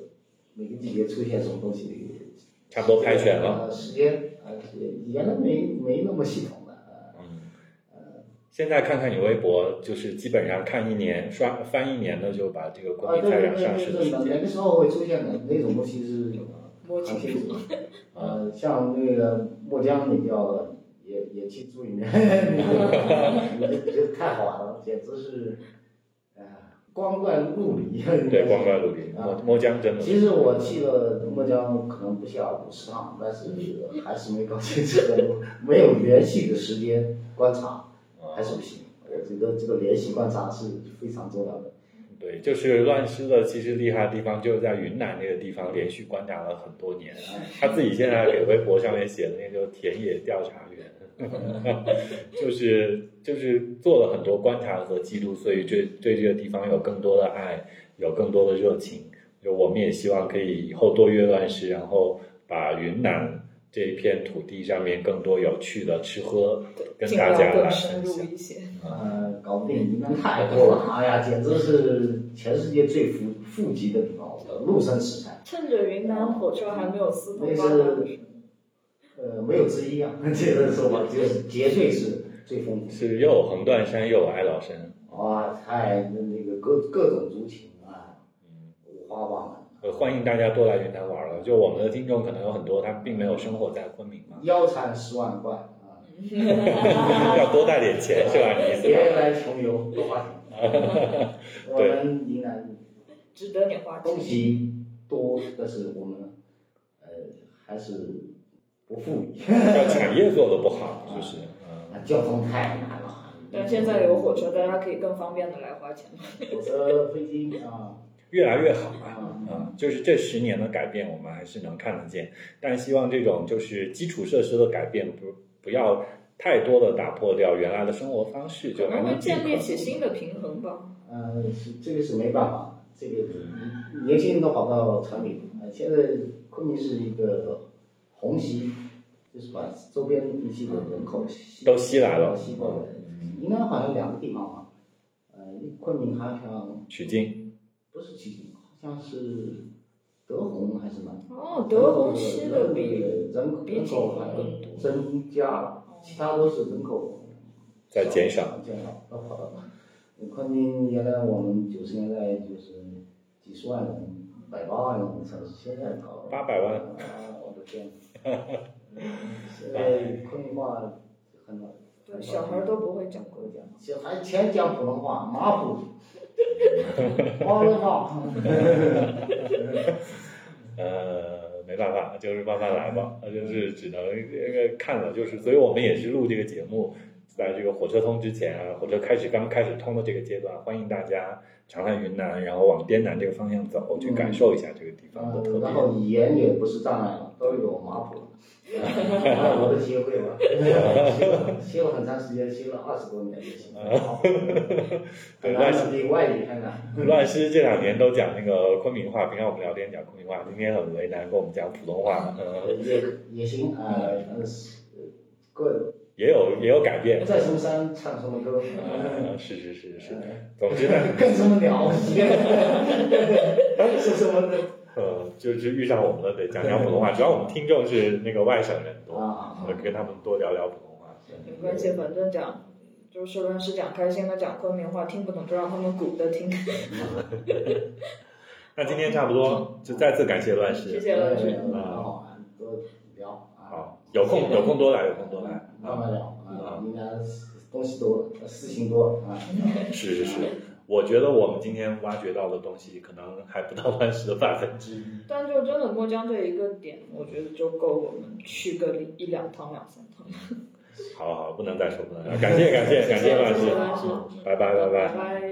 每个季节出现什么东西的
差不多拍全了
呃，时间呃原来没没那么系统的。呃
嗯，现在看看你微博，就是基本上看一年刷翻一年的，就把这个
啊，
昆明
对对
菜
对
场上市
对
的
对，
时
哪
间
哪。个时候会出现的那种东西是有
摸
很
清
清
楚
楚。 (laughs) 呃，像那个墨江，你要也也去住里面， (laughs) 你这这太好玩了，简直是，呃，光怪陆离。
对，光怪陆离，墨
啊
墨江真的是。
其实我去了墨江可能不下五十趟，但是还是没搞清楚，没有连续的时间观察，
啊
还是不行。我觉得这个连续观察是非常重要的。
对，就是乱世的，其实厉害的地方就是在云南那个地方连续观察了很多年。他自己现在给微博上面写的那个田野调查
(laughs)
员，就是就是做了很多观察和记录，所以对对这个地方有更多的爱，有更多的热情。就我们也希望可以以后多约乱世，然后把云南这一片土地上面更多有趣的吃喝
对，
跟
尽
大
量
家来
更深
分
入
享。
一些。
呃，搞不定，云南太多了，哎呀，简直是全世界最富富集的地方，我觉得陆生食材，
趁着云南火车还没有四通
那
八
是
达的时候，
呃，没有之一啊，这个说法就是呃绝对是最丰富的。
是又有横断山，又有哀牢山，
哇，太那个各各种族群啊，五花八门。
呃，欢迎大家多来云南玩了。就我们的听众可能有很多，他并没有生活在昆明嘛， (laughs)
腰缠十万贯啊，
要多带点钱是吧？你意思
别
吧？
来穷 (laughs) 游不花钱。我们云南
值得你花
东
钱。
西多，但是我们呃还是不富裕， (laughs)
要产业做的不好，就是嗯，
啊交通太难了。
但现在有火车，大家可以更方便的来花钱。
火车、飞机啊，
越来越好嘛。
啊，
嗯，就是这十年的改变，我们还是能看得见，但希望这种就是基础设施的改变不不要太多的打破掉原来的生活方式，就
可
难
能会
能尽
建
可
立
能
起新的平衡吧。
嗯，是这个是没办法，这个你年轻人都跑到城里，呃，现在昆明是一个虹吸，就是把周边一些的人口吸
都吸来了
吸过来。云南好像两个地方嘛，呃，昆明好像
取经，
不是吉林，好像是德宏还是哪里？
哦，德宏吸的比
人口
比
人
景
口
洪
好
更哦
像增加了，其他都是人口
在减少，
减少都跑到昆明原来我们九十年代就是几十万人、百八万人的城市，现在搞
八百万
啊！我
(laughs)
的天，嗯现在昆明话很难，
对小孩都不会讲国语。
小孩全讲普通话，马普，
(laughs)
马文化，
呃，没办法，就是慢慢来吧，
嗯
那就是只能这个看了，就是，所以我们也是录这个节目，在这个火车通之前啊，火车开始刚开始通的这个阶段，欢迎大家长看云南，然后往滇南这个方向走，去感受一下这个地方的特
嗯，
别
然。后语言也不是障碍了，都有马普了。哎我都学会了，学了学了很长时间，学了二十多年就行了。
对
然后比外语还难。
乱师这两年都讲那个昆明话，平常我们聊天讲昆明话，今天很为难，跟我们讲普通话，呃，
也也行啊，呃，各
也有也有改变，
在什么山唱什么歌，
呃，是是是是，总之呢，
跟什么聊，是什么的
呃，就是遇上我们了，得讲讲普通话，主要我们听众是那个外省人多，
啊
呃，跟他们多聊聊普通话。
是
没关系，反正讲就是论是讲开心的，讲昆明话，听不懂就让他们鼓的听。
那今天差不多，就再次感谢乱
谢
世。
谢老师。
很好玩，多聊啊，
好，有空有空多来，有空多来
慢
啊！
慢聊啊，应该东西多，事情多啊。
是是是，我觉得我们今天挖掘到的东西，可能还不到乱世的 (laughs) 百分之一。
(laughs) 但就真的墨江这一个点，我觉得就够我们去个一两趟、两三趟。
好好，不能再说，不能再说，感谢感谢感谢乱世
谢谢乱世，
拜拜拜拜。
拜。